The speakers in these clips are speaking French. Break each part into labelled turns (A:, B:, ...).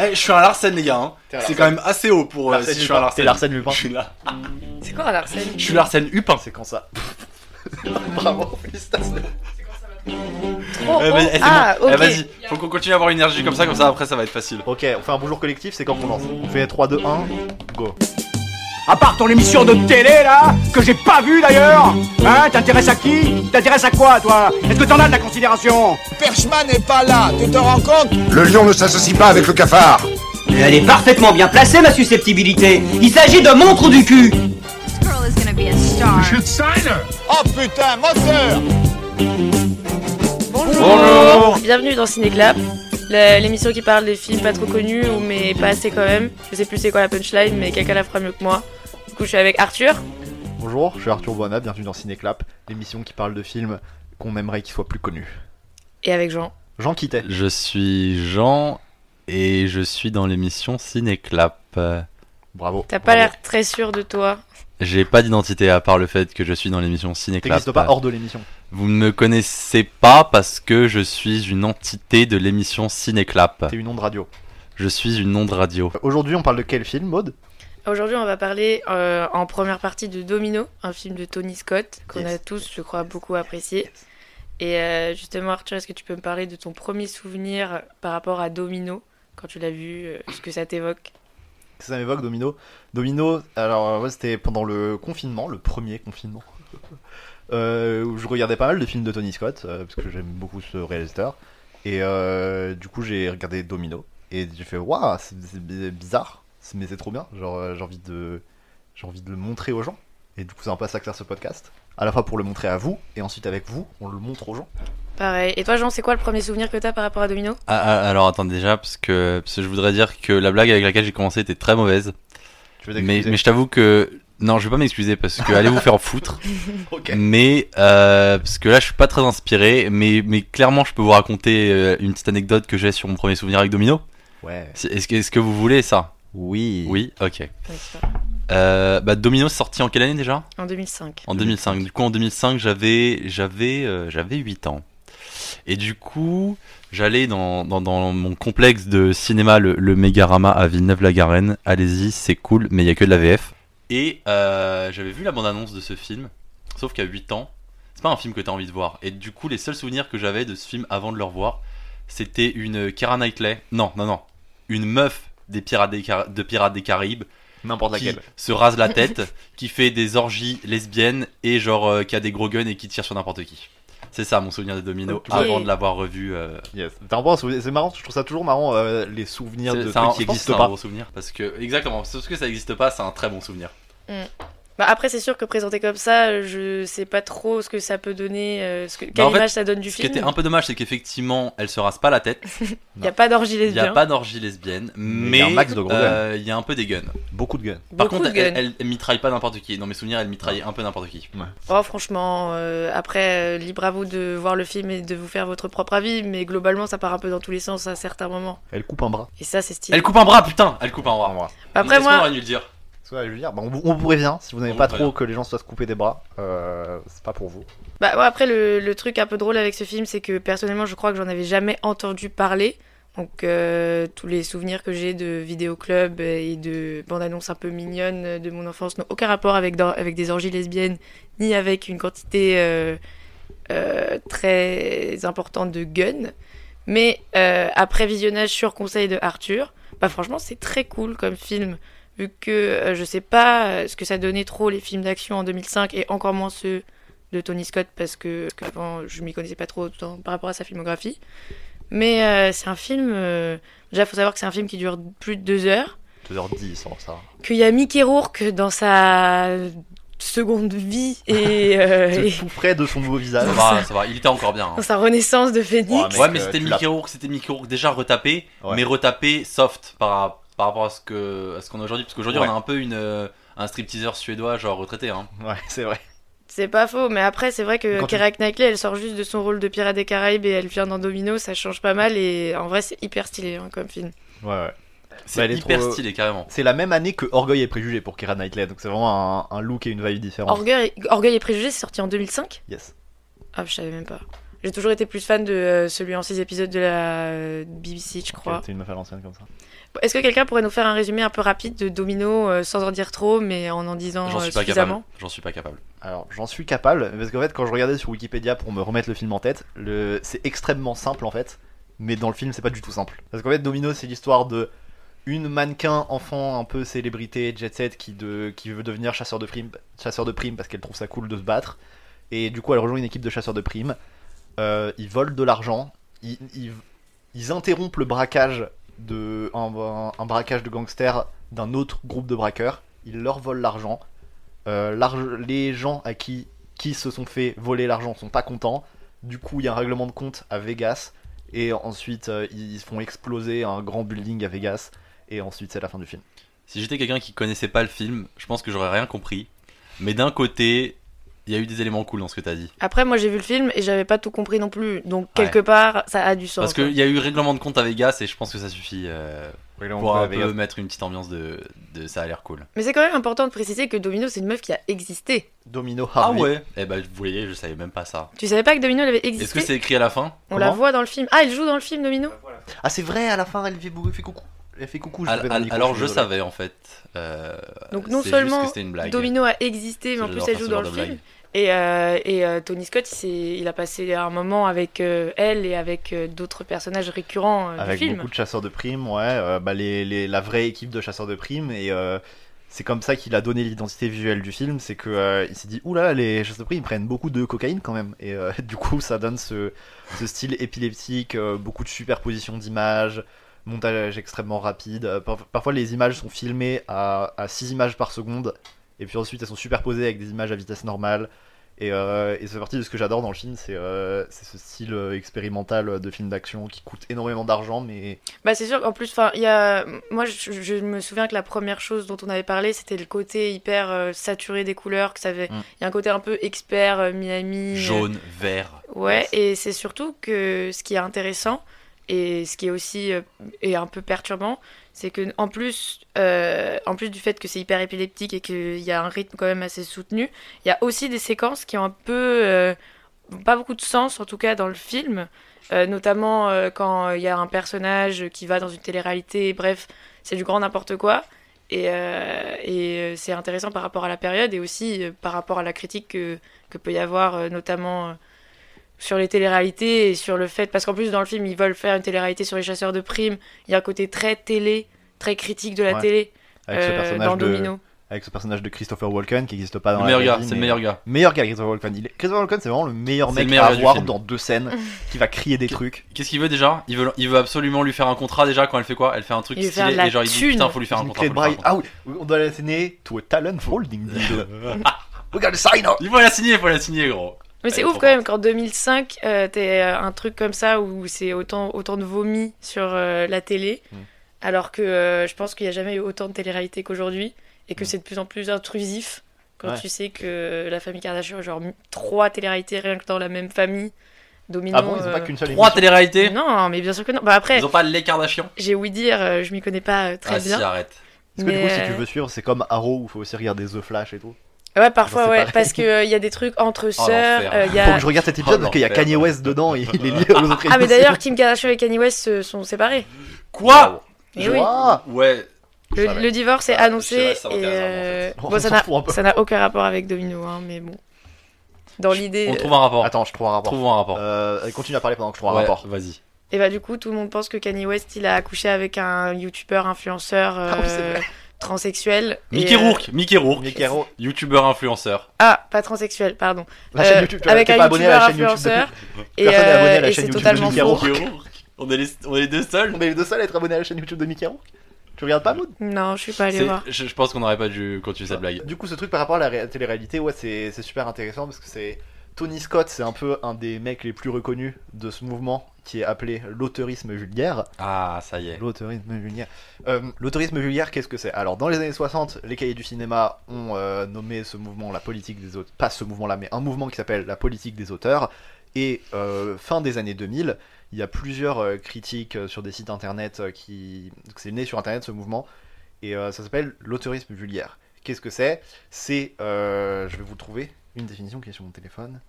A: Eh, je suis un Larsen, les gars. hein.
B: T'es un
A: C'est
B: Larsen.
A: quand même assez haut pour. euh,
C: Larsen
A: si je suis
C: Lupin.
A: un Larsen.
C: T'es Larsen Lupin.
A: Je suis là.
D: C'est quoi un Larsen
C: Je suis Larsen Hupin, c'est quand ça
B: Bravo, félicitations.
D: Oh,
A: Eh,
D: oh,
A: vas-y, eh, c'est
D: Ah,
A: bon. Eh,
D: ok.
A: Vas-y, faut qu'on continue à avoir une énergie comme ça, comme ça après ça va être facile.
C: Ok, on fait un bonjour collectif, c'est quand qu'on lance. On fait 3, 2, 1, go.
E: À part ton émission de télé là, que j'ai pas vue d'ailleurs Hein T'intéresses à qui T'intéresses à quoi toi Est-ce que t'en as de la considération
F: Perchman n'est pas là, tu te rends compte
G: Le lion ne s'associe pas avec le cafard.
H: Elle est parfaitement bien placée, ma susceptibilité. Il s'agit de mon trou du cul.
I: girl is gonna be a star.
F: Oh putain, moteur
D: Bonjour.
A: Bonjour.
D: Bienvenue dans Cineclap, la- l'émission qui parle des films pas trop connus ou mais pas assez quand même. Je sais plus c'est quoi la punchline, mais quelqu'un la fera mieux que moi. Du coup, je suis avec Arthur.
C: Bonjour, je suis Arthur Boana, bienvenue dans Cinéclap, l'émission qui parle de films qu'on aimerait qu'ils soient plus connus.
D: Et avec Jean.
C: Jean Quittet.
J: Je suis Jean et je suis dans l'émission Cinéclap. Euh,
C: Bravo.
D: T'as pas
C: Bravo.
D: l'air très sûr de toi.
J: J'ai pas d'identité à part le fait que je suis dans l'émission Cinéclap.
C: T'existes pas hors de l'émission.
J: Vous ne me connaissez pas parce que je suis une entité de l'émission Cinéclap.
C: T'es une onde radio. Euh,
J: Je suis une onde radio.
C: Aujourd'hui, on parle de quel film, Maud
D: Aujourd'hui, on va parler euh, en première partie de Domino, un film de Tony Scott qu'on
C: Yes.
D: a tous, je crois, beaucoup apprécié. Et euh, justement, Arthur, est-ce que tu peux me parler de ton premier souvenir euh, par rapport à Domino quand tu l'as vu, euh, ce que ça t'évoque
C: Ça m'évoque Domino. Domino, alors euh, ouais, c'était pendant le confinement, le premier confinement, euh, où je regardais pas mal de films de Tony Scott, euh, parce que j'aime beaucoup ce réalisateur. Et euh, du coup, j'ai regardé Domino, et j'ai fait waouh, c'est c'est bi- bizarre, c'est- mais c'est trop bien. Genre, euh, j'ai envie de, j'ai envie de le montrer aux gens. Et du coup, c'est un peu à ça que sert ce podcast. À la fois pour le montrer à vous, et ensuite avec vous, on le montre aux gens.
D: Pareil. Et toi, Jean, c'est quoi le premier souvenir que t'as par rapport à Domino
J: Ah, ah, alors attends déjà parce que, parce que je voudrais dire que la blague avec laquelle j'ai commencé était très mauvaise.
C: Tu veux
J: Mais,
C: t'excuser
J: mais je t'avoue que... Non, je vais pas m'excuser parce que allez vous faire foutre.
C: Ok.
J: Mais euh, parce que là, je suis pas très inspiré. Mais, mais clairement, je peux vous raconter euh, une petite anecdote que j'ai sur mon premier souvenir avec Domino.
C: Ouais.
J: C'est- Est-ce que, est-ce que vous voulez ça
C: Oui.
J: Oui, ok.
D: Ouais, c'est ça.
J: Euh, bah, Domino c'est sorti en quelle année déjà
D: En 2005.
J: En 2005. Du coup, en 2005, j'avais j'avais euh, j'avais 8 ans. Et du coup, j'allais dans, dans, dans mon complexe de cinéma, le, le Megarama à Villeneuve-la-Garenne. Allez-y, c'est cool, mais il n'y a que de la VF. Et euh, j'avais vu la bande-annonce de ce film, sauf qu'à 8 ans, c'est pas un film que t'as envie de voir. Et du coup, les seuls souvenirs que j'avais de ce film avant de le revoir, c'était une Kara Knightley. Non, non, non. Une meuf des Pirates des, Car- de Pirates des Caraïbes
C: N'importe
J: qui
C: laquelle.
J: se rase la tête, qui fait des orgies lesbiennes et genre euh, qui a des gros guns et qui tire sur n'importe qui. C'est ça mon souvenir de Domino
C: Ok.
J: avant de l'avoir revu. euh,
C: Yes. T'as un bon souvenir- C'est marrant, je trouve ça toujours marrant euh, les souvenirs de
J: C'est
C: trucs
J: c'est un,
C: qui
J: je pense que c'est
C: existent
J: un
C: pas.
J: bon souvenir parce que exactement parce que ça n'existe pas, c'est un très bon souvenir.
D: Bah après, c'est sûr que présenté comme ça, euh, je sais pas trop ce que ça peut donner, euh, ce que, quelle
J: Bah, en fait,
D: image ça donne du
J: Ce qui
D: film.
J: était un peu dommage, c'est qu'effectivement elle se rase pas la tête,
D: Il y a pas d'orgie
J: il y a
D: lesbienne.
J: pas d'orgie lesbienne,
C: Mais il
J: mais
C: y a un max de gros guns.
J: euh, il y a un peu des guns.
C: Beaucoup de guns.
J: Par
D: Beaucoup
J: contre,
D: de guns.
J: elle, elle- elle mitraille pas n'importe qui. Dans mes souvenirs, elle mitraillait un peu n'importe qui.
D: Oh, franchement, euh, après, euh, libre à vous de voir le film et de vous faire votre propre avis, mais globalement, ça part un peu dans tous les sens à certains moments.
C: Elle coupe un bras.
D: Et ça, c'est stylé.
J: Elle coupe un bras, putain, elle coupe un bras.
D: Après,
J: Est-ce qu'on
D: moi,
J: aurait dû le dire.
C: C'est vrai, je veux dire, bah, on, vous- on vous prévient, si vous n'aimez
J: On
C: pas
J: vous
C: trop que les gens se fassent couper des bras, euh, c'est pas pour vous.
D: bah, ouais, après le, le truc un peu drôle avec ce film, c'est que personnellement, je crois que j'en avais jamais entendu parler. Donc, euh, tous les souvenirs que j'ai de vidéoclub et de bande-annonce un peu mignonne de mon enfance n'ont aucun rapport avec, dans- avec des orgies lesbiennes, ni avec une quantité euh, euh, très importante de guns. Mais euh, après visionnage sur conseil de Arthur, bah franchement c'est très cool comme film vu que euh, je sais pas euh, ce que ça donnait trop les films d'action en 2005 et encore moins ceux de Tony Scott parce que, parce qu'avant, je m'y connaissais pas trop autant par rapport à sa filmographie. Mais euh, c'est un film, euh, déjà faut savoir que c'est un film qui dure plus de deux heures
C: 2h10 alors ça.
D: qu'il y a Mickey Rourke dans sa seconde vie et, euh,
C: C'est
D: et
C: tout près de son nouveau visage.
J: Ça va, ça va. Il était encore bien. hein.
D: dans sa renaissance de
C: Ouais,
D: Phoenix.
C: mais
J: Ouais, mais
C: que
J: c'était
C: tu
J: Mickey Rourke, c'était Mickey Rourke déjà retapé,
C: Ouais.
J: mais retapé soft par, par rapport à ce que à ce qu'on a aujourd'hui, parce qu'aujourd'hui
C: Ouais.
J: on a un peu une euh, un stripteaseur suédois genre retraité. Hein.
C: ouais, c'est vrai.
D: C'est pas faux, mais après c'est vrai que
C: Quand tu-
D: Keira Knightley, elle sort juste de son rôle de Pirate des Caraïbes et elle vient dans Domino, ça change pas mal et en vrai c'est hyper stylé hein, comme film.
C: Ouais, ouais.
J: C'est
C: Bah, elle est
J: hyper
C: trop-
J: stylé carrément.
C: C'est la même année que Orgueil et Préjugés pour Keira Knightley, donc c'est vraiment un, un look et une vibe différente.
D: Orgueil, Orgueil et Préjugés, c'est sorti en 2005
C: Yes.
D: Ah, je savais même pas. J'ai toujours été plus fan de euh, celui en 6 épisodes de la euh, BBC, je crois.
C: T'es une meuf à l'ancienne comme ça.
D: Est-ce que quelqu'un pourrait nous faire un résumé un peu rapide de Domino euh, sans en dire trop, mais en en disant
J: J'en
D: euh,
J: suis pas capable.
D: suffisamment
J: J'en suis pas capable.
C: Alors, j'en suis capable, parce qu'en fait, quand je regardais sur Wikipédia pour me remettre le film en tête, le... c'est extrêmement simple en fait, mais dans le film, c'est pas du tout simple. Parce qu'en fait, Domino, c'est l'histoire de une mannequin enfant un peu célébrité jet set qui, de... qui veut devenir chasseur de primes chasseur de primes parce qu'elle trouve ça cool de se battre. Et du coup, elle rejoint une équipe de chasseurs de primes. Euh, ils volent de l'argent. Ils, ils- ils interrompent le braquage de un, un- un braquage de gangsters d'un autre groupe de braqueurs. Ils leur volent l'argent. Euh, l'arge- les gens à qui qui se sont fait voler l'argent sont pas contents. Du coup, il y a un règlement de compte à Vegas. Et ensuite, euh, ils font exploser un grand building à Vegas. Et ensuite, c'est la fin du film.
J: Si j'étais quelqu'un qui connaissait pas le film, je pense que j'aurais rien compris. Mais d'un côté, il y a eu des éléments cool dans ce que t'as dit.
D: Après, moi j'ai vu le film et j'avais pas tout compris non plus, donc quelque part ça a du sens.
J: Parce qu'il y a eu règlement de compte à Vegas et je pense que ça suffit euh, pour
C: à
J: un
C: Vegas.
J: peu mettre une petite ambiance de, de ça a l'air cool.
D: Mais c'est quand même important de préciser que Domino c'est une meuf qui a existé.
C: Domino
J: Ah
C: Harvey.
J: ouais Eh ben vous voyez, je savais même pas ça.
D: Tu savais pas que Domino elle avait
J: Est-ce que
D: existé
J: c'est Euh, écrit à la fin
D: On la
C: Comment
D: voit dans le film. Ah, elle joue dans le film Domino
C: Ah, c'est vrai, à la fin, elle fait, bou- elle fait coucou. Elle fait coucou. je
J: Al-
C: vais dans le
J: al-
C: micro,
J: Alors
C: suis
J: je
C: désolé.
J: savais en fait. Euh,
D: Donc non
J: c'est juste que
D: seulement
J: c'était une blague.
D: Domino a existé, mais en
J: J'adore
D: plus
J: faire
D: elle
J: ce
D: joue
J: genre
D: dans le
J: de
D: film.
J: blague.
D: Et, euh, et, euh, Tony Scott, il, s'est- il a passé un moment avec euh, elle et avec euh, d'autres personnages récurrents euh,
C: Avec
D: du film.
C: beaucoup de chasseurs de primes, ouais. euh, bah, les, les- la vraie équipe de chasseurs de primes. Et euh, c'est comme ça qu'il a donné l'identité visuelle du film. C'est que euh, il s'est dit, oula, les chasseurs de primes ils prennent beaucoup de cocaïne quand même. Et euh, du coup, ça donne ce, ce style épileptique, euh, beaucoup de superposition d'images, montage extrêmement rapide. Euh, par- parfois, les images sont filmées à, à 6 images par seconde. Et puis ensuite, elles sont superposées avec des images à vitesse normale. Et, euh, et c'est parti de ce que j'adore dans le film, c'est euh, c'est ce style euh, expérimental de film d'action qui coûte énormément d'argent, mais
D: Bah c'est sûr qu'en plus, enfin, il y a, moi je, je me souviens que la première chose dont on avait parlé, c'était le côté hyper euh, saturé des couleurs, que ça avait, il
C: Mm.
D: y a un côté un peu expert euh, Miami. euh,
J: Jaune, vert.
D: Ouais, et c'est surtout que ce qui est intéressant et ce qui est aussi euh, est un peu perturbant, c'est que en plus, euh, en plus du fait que c'est hyper épileptique et qu'il y a un rythme quand même assez soutenu, il y a aussi des séquences qui ont un peu euh, pas beaucoup de sens en tout cas dans le film, Euh, notamment euh, quand il y a un personnage qui va dans une télé-réalité, bref, c'est du grand n'importe quoi. Et, euh, et euh, c'est intéressant par rapport à la période et aussi euh, par rapport à la critique que, que peut y avoir euh, notamment euh, sur les téléréalités et sur le fait parce qu'en plus dans le film ils veulent faire une téléréalité sur les chasseurs de primes il y a un côté très télé très critique de la
C: Ouais.
D: télé
C: avec ce
D: euh,
C: personnage
D: dans
C: de
D: Domino
C: avec ce personnage de Christopher Walken qui n'existe pas dans
J: Le
C: la
J: meilleur
C: vraie
J: gars,
C: vie,
J: c'est le
C: mais-
J: meilleur gars.
C: meilleur gars que Christopher Walken. Il est- Christopher Walken c'est vraiment le meilleur
J: C'est
C: mec
J: le meilleur
C: à
J: gars du
C: voir
J: film.
C: dans deux scènes qui va crier des trucs.
J: Qu'est-ce qu'il veut déjà il veut, il veut absolument lui faire un contrat déjà quand elle fait quoi Elle fait un truc
D: Il veut faire
J: stylé
D: de la
J: et genre il dit
D: thune.
J: putain faut lui faire un
C: Une
J: contrat.
C: clé de
J: faut lui
C: braille.
J: faire un contrat.
C: Ah oui, on doit la signer to a talent holding deal. We gotta sign up.
J: Il faut la signer, il faut la signer gros.
D: mais c'est
J: Elle est
D: ouf
J: trop
D: quand même qu'en 2005 euh, t'aies euh, un truc comme ça où c'est autant autant de vomi sur euh, la télé
C: Mm.
D: alors que euh, je pense qu'il n'y a jamais eu autant de téléréalités qu'aujourd'hui et que
C: Mm.
D: c'est de plus en plus intrusif quand
C: Ouais.
D: tu sais que la famille Kardashian a genre mis trois téléréalités rien que dans la même famille Domino
C: Ah bon, ils ont pas
D: euh,
C: qu'une seule
J: Trois
C: émission.
J: téléréalités
D: non mais bien sûr que non bah après
J: Ils ont pas les Kardashian
D: J'ai ouï dire, euh, je m'y connais pas euh, très
J: Ah
D: bien.
J: si arrête.
C: hein. Parce que du coup,
D: mais,
C: si tu
D: euh,
C: veux suivre, c'est comme Arrow où faut aussi regarder The Flash et tout.
D: Ouais, parfois,
C: Genre, c'est
D: ouais,
C: pareil.
D: parce qu'il y a des trucs entre sœurs.
J: l'enfer.
D: euh, il y
C: Oh, Faut
D: a...
C: que je regarde cet épisode
J: Oh,
C: parce qu'il y a
J: l'enfer.
C: Kanye West dedans et il est lié aux autres
D: Ah, mais
C: émissions.
D: d'ailleurs, Kim Kardashian et Kanye West se sont séparés.
J: Quoi
D: Eh
C: Je
D: oui.
C: vois.
J: Ouais.
D: Le,
J: Jamais.
D: le divorce est
J: Ah, je
D: annoncé.
J: dirais ça
D: et,
J: au hasard, en
D: euh,
J: fait.
C: On
D: bon, ça
C: s'en
D: n'a-
C: fout un peu.
D: ça n'a aucun rapport avec Domino, hein, mais bon. Dans l'idée. euh,
J: On trouve un rapport.
C: Attends, je trouve un rapport.
J: Trouve un rapport.
C: Euh, continue à parler pendant que je trouve un
J: Ouais,
C: rapport.
J: Vas-y.
D: Et bah, du coup, tout le monde pense que Kanye West, il a accouché avec un youtubeur influenceur
C: Ah oui, c'est
D: euh,
C: vrai.
D: transsexuel. et,
J: Mickey
D: euh,
J: Rourke, Mickey Rourke,
C: Mickey Rourke.
J: youtubeur influenceur.
D: Ah, pas transsexuel, pardon.
C: La chaîne
D: Euh,
C: YouTube, tu vois,
D: avec
C: t'es
D: un
C: pas abonné à
D: youtubeur
C: la chaîne YouTube.
D: influenceur. Et,
C: Personne n'est abonné à
D: euh,
C: la chaîne
D: et c'est
C: YouTube de
D: totalement
C: Mickey
D: faux.
C: Rourke.
J: Rourke. On est les, on est les deux seuls.
C: On est les deux seuls à être abonnés à la chaîne YouTube de Mickey Rourke. Tu regardes pas, Maud
D: Non, je suis pas allée
J: C'est-
D: voir.
J: Je, je pense qu'on n'aurait pas dû continuer cette blague.
C: Du coup, ce truc par rapport à la ré- télé-réalité, ouais, c'est c'est super intéressant parce que c'est. Tony Scott, c'est un peu un des mecs les plus reconnus de ce mouvement qui est appelé l'auteurisme vulgaire.
J: Ah ça y est.
C: L'auteurisme vulgaire. Euh, l'auteurisme vulgaire, qu'est-ce que c'est Alors, dans les années 60, les cahiers du cinéma ont euh, nommé ce mouvement la politique des auteurs. Pas ce mouvement-là, mais un mouvement qui s'appelle la politique des auteurs. Et euh, fin des années 2000, il y a plusieurs euh, critiques euh, sur des sites internet euh, qui. donc C'est né sur internet ce mouvement. Et euh, ça s'appelle l'auteurisme vulgaire. Qu'est-ce que c'est C'est. euh, je vais vous trouver une définition qui est sur mon téléphone.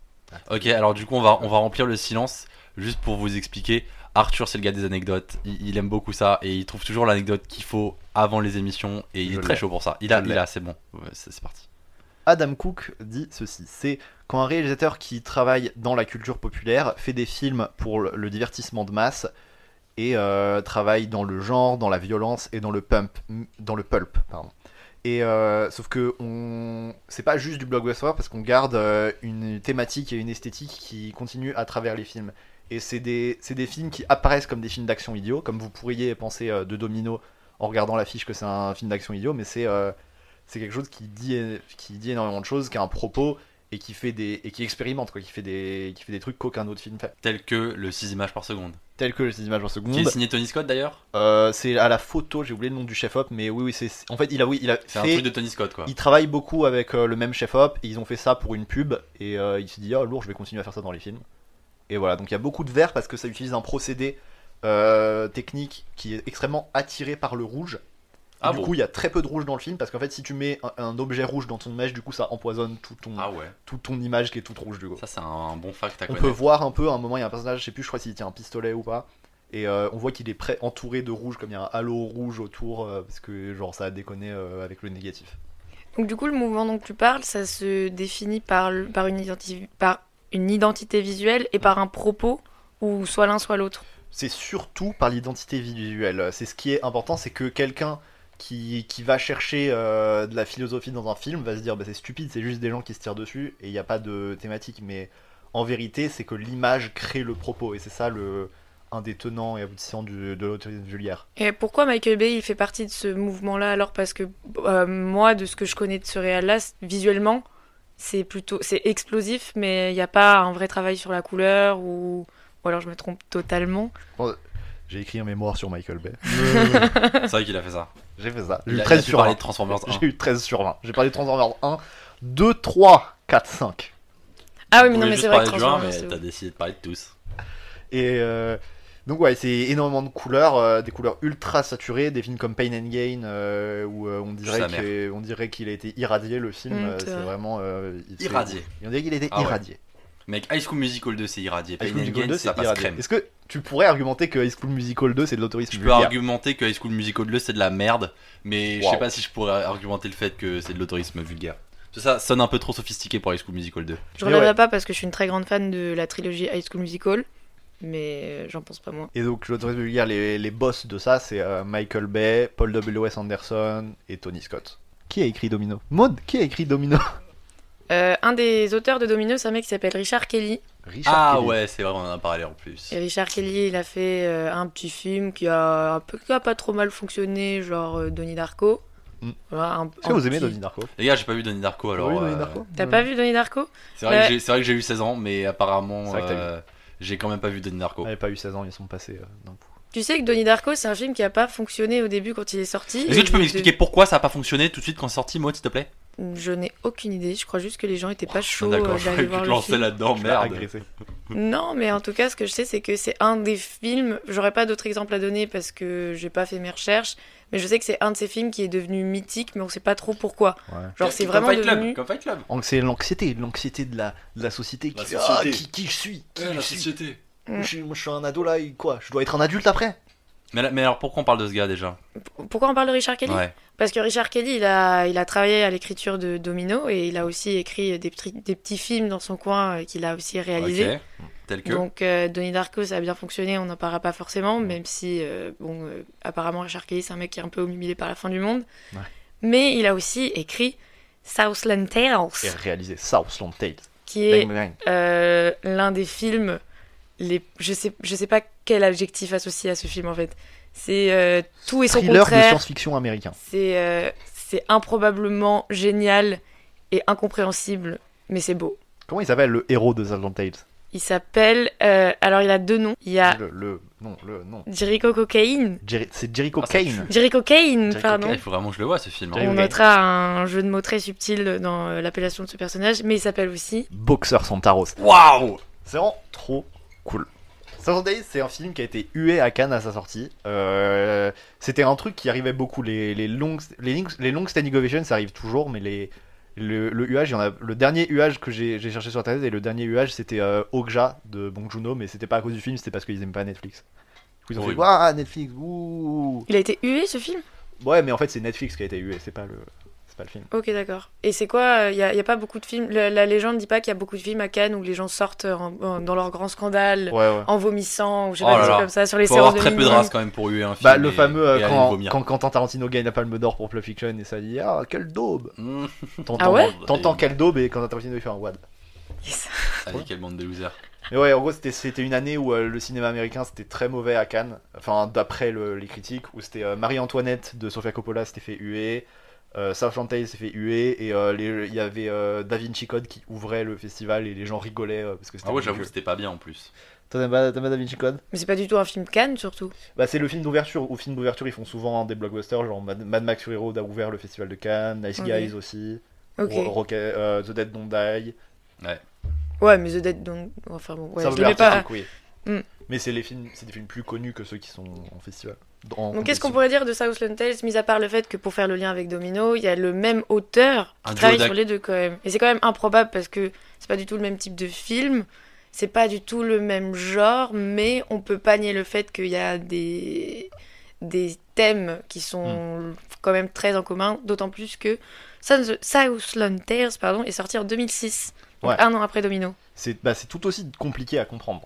J: Ok, alors du coup, on va, on va remplir le silence juste pour vous expliquer. Arthur, c'est le gars des anecdotes. Il, il aime beaucoup ça et il trouve toujours l'anecdote qu'il faut avant les émissions et il
C: Je
J: est très
C: l'ai.
J: chaud pour ça. Il a,
C: Je
J: il
C: l'ai.
J: a, c'est bon. Ouais, c'est c'est parti.
C: Adam Cook dit ceci c'est quand un réalisateur qui travaille dans la culture populaire fait des films pour le- le divertissement de masse et euh, travaille dans le genre, dans la violence et dans le pump, dans le pulp, pardon. Et euh, sauf que on, c'est pas juste du blockbuster parce qu'on garde euh, une thématique et une esthétique qui continue à travers les films. Et c'est des, c'est des films qui apparaissent comme des films d'action idiots, comme vous pourriez penser euh, de Domino en regardant l'affiche que c'est un film d'action idiot, mais c'est euh, c'est quelque chose qui dit, qui dit énormément de choses, qui a un propos et qui fait des et qui expérimente quoi, qui fait des qui fait des trucs qu'aucun autre film fait,
J: Tel que le 6 images par seconde.
C: tel que les images en seconde.
J: Qui est signé Tony Scott d'ailleurs
C: Euh, c'est à la photo, j'ai oublié le nom du chef op, mais oui, oui, c'est en fait il a oui il a
J: C'est un
C: fait-
J: truc de Tony Scott quoi.
C: il travaille beaucoup avec euh, le même chef op et ils ont fait ça pour une pub et euh, il s'est dit ah lourd je vais continuer à faire ça dans les films et voilà donc il y a beaucoup de vert parce que ça utilise un procédé euh, technique qui est extrêmement attiré par le rouge Et
J: Ah
C: du
J: bon
C: coup il y a très peu de rouge dans le film parce qu'en fait si tu mets un, un objet rouge dans ton image du coup ça empoisonne tout ton
J: Ah ouais,
C: tout ton image qui est toute rouge du coup
J: ça c'est un, un bon fact à
C: on
J: connaître.
C: peut voir un peu à un moment il y a un personnage je sais plus je crois s'il tient un pistolet ou pas et euh, on voit qu'il est prêt entouré de rouge comme il y a un halo rouge autour euh, parce que genre ça a déconné euh, avec le négatif
D: Donc du coup, le mouvement dont tu parles, ça se définit par, le- par, une, identi- par une identité visuelle et par un propos, ou soit l'un, soit l'autre.
C: c'est surtout par l'identité visuelle. C'est ce qui est important, c'est que quelqu'un qui, qui va chercher euh, de la philosophie dans un film va se dire bah, c'est stupide, c'est juste des gens qui se tirent dessus et il n'y a pas de thématique. Mais en vérité, c'est que l'image crée le propos et c'est ça le un des tenants et aboutissants du- de l'audiovisuaire.
D: Et pourquoi Michael Bay, il fait partie de ce mouvement-là alors Parce que euh, moi, de ce que je connais de ce réel-là, c- visuellement, c'est plutôt c'est explosif, mais il n'y a pas un vrai travail sur la couleur ou ou alors je me trompe totalement.
C: J'ai écrit un mémoire sur Michael Bay. Euh,
J: C'est vrai qu'il a fait ça.
C: J'ai fait ça. J'ai
J: Il a, il
C: eu
J: a
C: 13
J: dû
C: sur
J: parler
C: 20.
J: de Transformers 1.
C: J'ai eu 13 sur 20. J'ai parlé de Transformers 1, 2, 3, 4, 5.
D: Ah oui,
J: Vous
D: mais non,
J: pouvez
D: mais
J: juste
D: c'est vrai que
J: parler du un,
D: Transformers, euh,
J: mais
D: c'est
J: t'as
D: ouf.
J: décidé de parler de tous.
C: Et euh, donc ouais, c'est énormément de couleurs, euh, des couleurs ultra saturées, des films comme Pain and Gain euh, où euh, on
J: Sa
C: dirait
J: mère.
C: qu'il on dirait qu'il a été irradié le film,
D: Mm,
C: euh,
D: c'est
C: c'est
D: vrai.
C: vraiment euh, il-
J: Irradié.
C: c'est- On dirait qu'il a été
J: Ah ouais.
C: irradié.
J: Mec, High School Musical 2 c'est irradié.
C: High
J: Pain
C: School
J: and
C: Musical
J: Gain
C: 2,
J: ça
C: c'est
J: passe
C: irradié.
J: crème.
C: Est-ce que tu pourrais argumenter que High School Musical 2 c'est de l'autorisme
J: Je peux
C: vulgaire
J: argumenter que High School Musical 2 c'est de la merde, mais je sais
C: Wow.
J: pas si je pourrais argumenter le fait que c'est de l'autorisme vulgaire. Parce que Ça sonne un peu trop sophistiqué pour High School Musical 2.
D: Je
C: Mais
D: reviendrai
C: ouais.
D: pas parce que je suis une très grande fan de la trilogie High School Musical, mais euh, j'en pense pas moins.
C: Et donc l'autorisme vulgaire, les, les boss de ça, c'est euh, Michael Bay, Paul W.S. Anderson et Tony Scott. Qui a écrit Domino Maud, qui a écrit Domino
D: Euh, un des auteurs de Domino, c'est un mec qui s'appelle Richard Kelly.
C: Richard
J: Ah
C: Kelly.
J: ouais, c'est vrai, on en a parlé en plus.
D: Et Richard Kelly, il a fait euh, un petit film qui a, un peu, qui a pas trop mal fonctionné, genre euh, Donnie Darko.
C: Mm.
D: Voilà, un-
C: Est-ce que
D: un
C: vous aimez
D: petit-
C: Donnie Darko
J: Les gars, j'ai pas vu Donnie Darko alors.
C: Vous avez vu Donnie
J: euh,
C: Darko
D: T'as pas vu Donnie Darko
J: C'est vrai,
D: Ouais.
J: que j'ai- c'est vrai que j'ai eu 16 ans, mais apparemment,
C: C'est vrai que t'as
J: euh, j'ai quand même pas vu Donnie Darko.
C: Elle Ah, pas eu 16 ans, ils sont passés euh, d'un coup.
D: Tu sais que Donnie Darko, c'est un film qui a pas fonctionné au début quand il est sorti.
J: Est-ce que
D: Et
J: tu peux
D: de-
J: m'expliquer pourquoi ça a pas fonctionné tout de suite quand c'est sorti, Maud, s'il te plaît
D: Je n'ai aucune idée. Je crois juste que les gens étaient pas
J: Ah,
D: chauds
J: D'accord,
D: euh,
J: je
D: d'aller
J: croyais que
D: voir
J: tu te lançais
D: le film.
J: là-dedans, Oh, merde.
C: Agressé.
D: Non, mais en tout cas, ce que je sais, c'est que c'est un des films. J'aurais pas d'autres exemples à donner parce que j'ai pas fait mes recherches, mais je sais que c'est un de ces films qui est devenu mythique, mais on sait pas trop pourquoi.
C: Ouais.
D: Genre, c'est
J: Comme
D: vraiment
J: Fight Club,
D: devenu.
J: Comme Fight Club.
C: Donc, C'est l'anxiété, l'anxiété de la, de la société qui
A: La
C: fait
A: société.
C: Ah, qui, qui je suis Qui je suis
A: société.
C: je, suis- moi, je suis un ado là et quoi Je dois être un adulte après
J: Mais, là- mais alors pourquoi on parle de ce gars déjà
D: Pourquoi on parle de Richard Kelly
J: Ouais.
D: Parce que Richard Kelly, il a, il a travaillé à l'écriture de Domino et il a aussi écrit des, petits- des petits films dans son coin euh, qu'il a aussi réalisé.
J: Ok. Tel que.
D: Donc euh, Donnie Darko, ça a bien fonctionné, on n'en parlera pas forcément, même si, euh, bon, euh, apparemment Richard Kelly, c'est un mec qui est un peu humilié par la fin du monde.
C: Ouais.
D: Mais il a aussi écrit Southland
C: Et
D: Tales,
C: réaliser Southland Tales.
D: qui est
C: Bang, bang.
D: euh, l'un des films, les... je, sais, je sais pas quel adjectif associé à ce film en fait. C'est euh, tout et son
C: Thriller de
D: contraire.
C: science-fiction américain.
D: C'est euh, c'est improbablement génial et incompréhensible, mais c'est beau.
C: Comment il s'appelle le héros de Southland Tales
D: Il s'appelle. euh, alors, il a deux noms. Il y a
C: le, le- non, le non.
D: Jericho Cocaine.
C: Jerry- c'est Jericho
J: Ah, ça
C: Kane.
D: Jericho Kane,
C: Jericho
D: pardon.
J: Ah, il faut vraiment que je le vois ce film. hein.
C: Jericho
D: On
C: Kane.
D: notera un jeu de mots très subtil dans euh, l'appellation de ce personnage, mais il s'appelle aussi.
C: Boxeur Santaros.
J: Waouh
C: C'est vraiment trop cool. Southern Days, c'est un film qui a été hué à Cannes à sa sortie. Euh, c'était un truc qui arrivait beaucoup. Les, les, longues, les, links- les longues standing ovations, ça arrive toujours, mais les, Le, le UH, il y en a, le dernier UH que j'ai j'ai cherché sur internet et le dernier UH c'était euh, Okja de Bong Joon-ho, mais c'était pas à cause du film, c'était parce qu'ils aiment pas Netflix. Du coup, ils ont fait
J: Horrible.
C: Waouh, Netflix, ouh
D: Il a été hué ce film
C: Ouais, mais en fait c'est Netflix qui a été hué, c'est pas le, c'est pas le film.
D: Ok, d'accord. Et c'est quoi Il n'y a, y a pas beaucoup de films La, la légende dit pas qu'il y a beaucoup de films à Cannes où les gens sortent en- en- dans leur grand scandale,
C: Ouais, ouais.
D: en vomissant, ou je sais
J: Oh
D: pas,
J: là
D: des trucs
J: là.
D: comme ça, sur les
J: Faut avoir
D: séances de
J: très peu de
D: minuit.
J: race quand même pour huer un film.
C: Bah, le
J: et-
C: fameux euh,
J: et aller
C: quand,
J: vomir.
C: quand Quentin Tarantino gagne la palme d'or pour Pulp Fiction et ça dit Ah, quel daube
J: Mmh.
C: T'entends
D: Ah ouais
C: t'entends quel daube et Quentin Tarantino il fait un wad.
D: Yes.
J: Allez, quelle bande de losers.
C: Mais ouais, en gros, c'était- c'était une année où euh, le cinéma américain c'était très mauvais à Cannes, enfin d'après le- les critiques, où c'était euh, Marie-Antoinette de Sofia Coppola s'était fait huer, euh, Sergeant Tale s'est fait huer, et euh, les- il y avait euh, Da Vinci Code qui ouvrait le festival et les gens rigolaient euh, parce que c'était.
J: Ah ouais,
C: ridicule.
J: j'avoue, c'était pas bien en plus.
C: Toi, T'aimes pas, t'aimes pas Da Vinci Code
D: Mais c'est pas du tout un film Cannes, surtout.
C: Bah, c'est le film d'ouverture. Au film d'ouverture, ils font souvent hein, des blockbusters, genre Mad, Mad Max Fury Road a ouvert le festival de Cannes, Nice
D: Ok.
C: Guys aussi,
D: Ok.
C: Ro- Rocket- euh, The Dead Don't Die.
D: Ouais, mais The Dead, donc. Enfin bon, ouais,
C: Ça
D: je
C: ouvert
D: l'ai pas.
C: artistique, oui.
D: Hmm.
C: Mais c'est les films, c'est des films plus connus que ceux qui sont en festival. En
D: Donc qu'est-ce qu'on
C: compétition.
D: pourrait dire de Southland Tales, mis à part le fait que pour faire le lien avec Domino, il y a le même auteur
J: Un
D: qui
J: duo
D: travaille
J: d'ac-
D: sur les deux quand même. Et c'est quand même improbable parce que c'est pas du tout le même type de film, c'est pas du tout le même genre, mais on peut pas nier le fait qu'il y a des des thèmes qui sont
J: Hmm.
D: quand même très en commun, d'autant plus que Sons- Southland Tales pardon, est sorti en 2006, donc
C: Ouais.
D: un an après Domino.
C: C'est bah, c'est tout aussi compliqué à comprendre.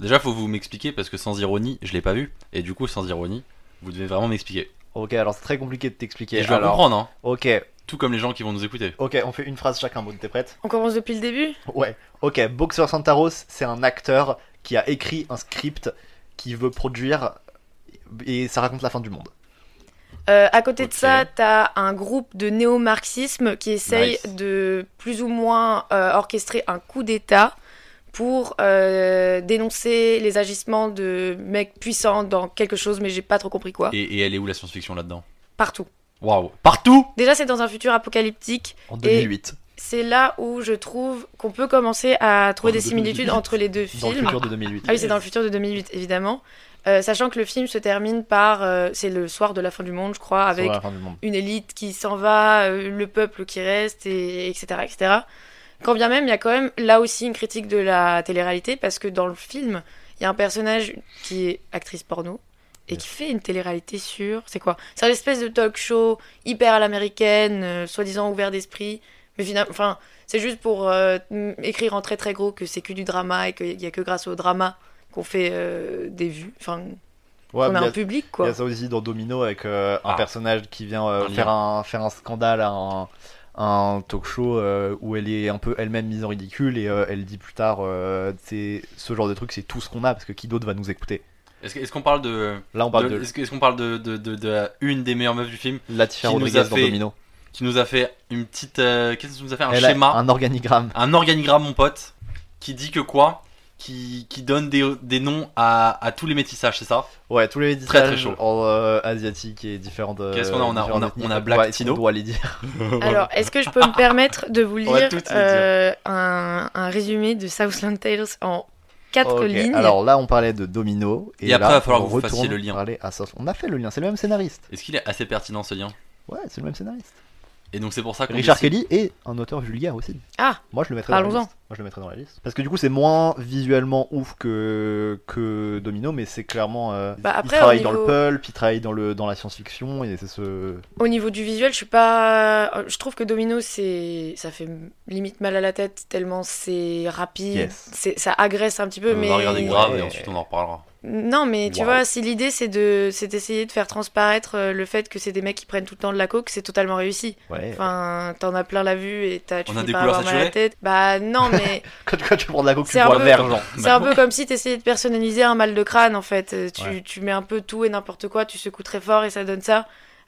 J: Déjà, faut vous m'expliquer parce que sans ironie, je l'ai pas vu. Et du coup, sans ironie, vous devez vraiment m'expliquer.
C: Ok, alors c'est très compliqué de t'expliquer.
J: Et je vais
C: Alors,
J: comprendre, hein.
C: Ok,
J: Tout comme les gens qui vont nous écouter.
C: ok, on fait une phrase chacun. Bon, t'es prête
D: On commence depuis le début
C: Ouais. Ok, Boxer Santaros, c'est un acteur qui a écrit un script qui veut produire et ça raconte la fin du monde.
D: Euh, à côté de
J: Ok.
D: ça, t'as un groupe de néo-marxisme qui essaye
J: Nice.
D: de plus ou moins euh, orchestrer un coup d'État pour euh, dénoncer les agissements de mecs puissants dans quelque chose, mais j'ai pas trop compris quoi.
J: Et, et elle est où la science-fiction là-dedans
D: Partout.
J: Waouh. Partout
D: Déjà, c'est dans un futur apocalyptique.
C: En
D: Et
C: 2008,
D: C'est là où je trouve qu'on peut commencer à trouver
C: En
D: des similitudes
C: 2008.
D: entre les deux
C: dans le
D: films.
C: futur de 2008.
D: Ah oui, c'est dans le futur de 2008, évidemment. Euh, sachant que le film se termine par... euh, c'est le soir de la fin du monde, je crois,
C: Sur
D: avec
C: la fin du monde.
D: une élite qui s'en va, euh, le peuple qui reste, et, etc., etc. Quand bien même, il y a quand même là aussi une critique de la télé-réalité, parce que dans le film, il y a un personnage qui est actrice porno et qui fait une télé-réalité sur. C'est quoi C'est une espèce de talk show hyper à l'américaine, euh, soi-disant ouvert d'esprit, mais finalement. Enfin, c'est juste pour euh, m- écrire en très très gros que c'est que du drama et qu'il n'y a que grâce au drama qu'on fait euh, des vues. Enfin,
C: Ouais,
D: on a
C: mais il y
D: un
C: a-
D: public
C: il y
D: quoi.
C: a ça aussi dans Domino avec euh, un
J: Ah.
C: personnage qui vient euh,
J: Un lien.
C: faire, un, faire un scandale à un, un talk show euh, où elle est un peu elle-même mise en ridicule et euh, elle dit plus tard euh, c'est ce genre de truc c'est tout ce qu'on a parce que qui d'autre va nous écouter
J: Est-ce que- est-ce qu'on parle de.
C: Là on parle
J: de-
C: de,
J: Est-ce que- est-ce qu'on parle de, de, de- de la- une des meilleures meufs du film
C: Latifah
J: qui nous
C: Rodriguez
J: a
C: dans
J: fait
C: Domino.
J: qui nous a fait une petite. euh, Qu'est-ce que nous a fait Un
C: Elle a
J: schéma
C: un organigramme.
J: un organigramme, mon pote, qui dit que quoi qui, qui donne des, des noms à, à tous les métissages, c'est ça
C: Ouais, tous les
J: Très, très
C: métissages
J: chaud.
C: en euh, asiatique et différentes. euh,
J: Qu'est-ce qu'on a On a-
C: différentes
J: on a-
C: ethnies.
J: on a Black
C: Ouais, est-ce qu'on
J: Tino.
C: doit les dire.
D: Alors, est-ce que je peux me permettre de vous
C: On va
D: lire
C: tout te dire.
D: euh, un, un résumé de Southland Tales en quatre
C: Ok,
D: lignes
C: Alors là, on parlait de Domino. Et,
J: Et après,
C: là,
J: va falloir
C: on
J: que vous fassiez
C: retourne
J: le lien.
C: parler à South- On a fait le lien, c'est le même scénariste.
J: Est-ce qu'il est assez pertinent ce lien
C: Ouais, c'est le même scénariste.
J: Et donc c'est pour ça qu'on
C: Richard
J: décide-
C: Kelly est un auteur vulgaire aussi.
D: Ah,
C: Moi, je le mettrais dans la liste.
D: Parlons-en.
C: Moi, je le mettrais dans la liste. Parce que du coup, c'est moins visuellement ouf que, que Domino, mais c'est clairement. euh,
D: Bah, après,
C: il travaille
D: au
C: dans le
D: niveau-
C: pulp, il travaille dans, le, dans la science-fiction, et c'est ce.
D: au niveau du visuel, je suis pas. Je trouve que Domino, c'est, ça fait limite mal à la tête tellement c'est rapide,
C: Yes.
D: c'est, ça agresse un petit peu,
J: On
D: mais
J: va regarder grave
C: Ouais.
J: et ensuite on en reparlera.
D: non, mais tu
J: Wow.
D: vois, si l'idée c'est de, c'est d'essayer de faire transparaître euh, le fait que c'est des mecs qui prennent tout le temps de la coke, c'est totalement réussi.
C: Ouais.
D: Enfin, t'en as plein la vue et t'as, tu
J: On a
D: finis
J: des
D: par
J: couleurs
D: avoir mal à la tête. Bah non, mais
C: quand, quand tu prends de la coke, tu
D: C'est un
C: bois
D: peu-
C: vert, genre.
J: Bah,
D: C'est un peu comme si tu essayais de personnaliser un mal de crâne en fait. Euh, Tu,
C: Ouais.
D: tu mets un peu tout et n'importe quoi, tu secoues très fort et ça donne ça.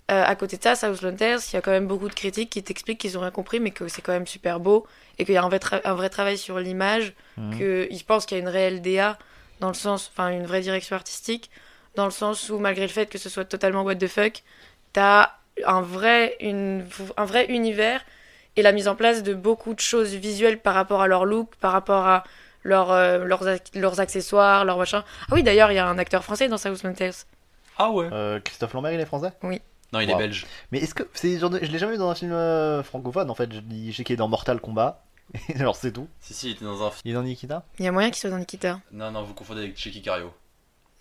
D: Euh, à côté de ça, Southland Tales, il y a quand même beaucoup de critiques qui t'expliquent qu'ils ont rien compris mais que c'est quand même super beau et qu'il y a un vrai, tra- un vrai travail sur l'image,
C: Mhm.
D: que ils pensent qu'il y a une réelle DA dans le sens, enfin une vraie direction artistique, dans le sens où malgré le fait que ce soit totalement what the fuck, t'as un vrai, une, un vrai univers et la mise en place de beaucoup de choses visuelles par rapport à leur look, par rapport à leurs, euh, leurs, ac- leurs accessoires, leurs machins. Ah oui, d'ailleurs, il y a un acteur français dans Southland Tales.
J: Ah ouais
C: Euh, Christophe Lambert, il est français
D: Oui.
J: Non, il
C: Wow.
J: est belge.
C: Mais est-ce que. c'est le genre de- Je l'ai jamais vu dans un film euh, francophone en fait. Je dis- je sais qu'il est dans Mortal Kombat. Alors c'est tout.
J: Si, si, il était dans un film.
C: Il est dans Nikita
D: Il y a moyen qu'il soit dans Nikita.
J: Non, non, vous confondez avec Checky Cario.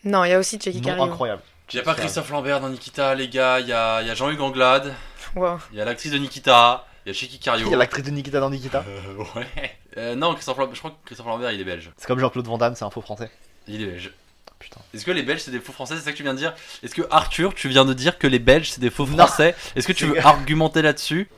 D: Non, il y a aussi Jackie
C: Non,
D: Cario.
C: incroyable.
J: Il y a pas Christophe Lambert dans Nikita, les gars. Il y a, il y a Jean-Hugues Anglade.
D: Wow.
J: Il y a l'actrice de Nikita. Il y a Checky Cario.
C: Il y a l'actrice de Nikita dans Nikita.
J: Euh, ouais. Euh, non, Christophe Lambert, je crois que Christophe Lambert, il est belge.
C: C'est comme Jean-Claude Van Damme, c'est un faux français.
J: Il est belge.
C: Putain.
J: Est-ce que les Belges c'est des faux français C'est ça que tu viens de dire Est-ce que Arthur, tu viens de dire que les Belges c'est des faux français Est-ce que tu veux argumenter là-dessus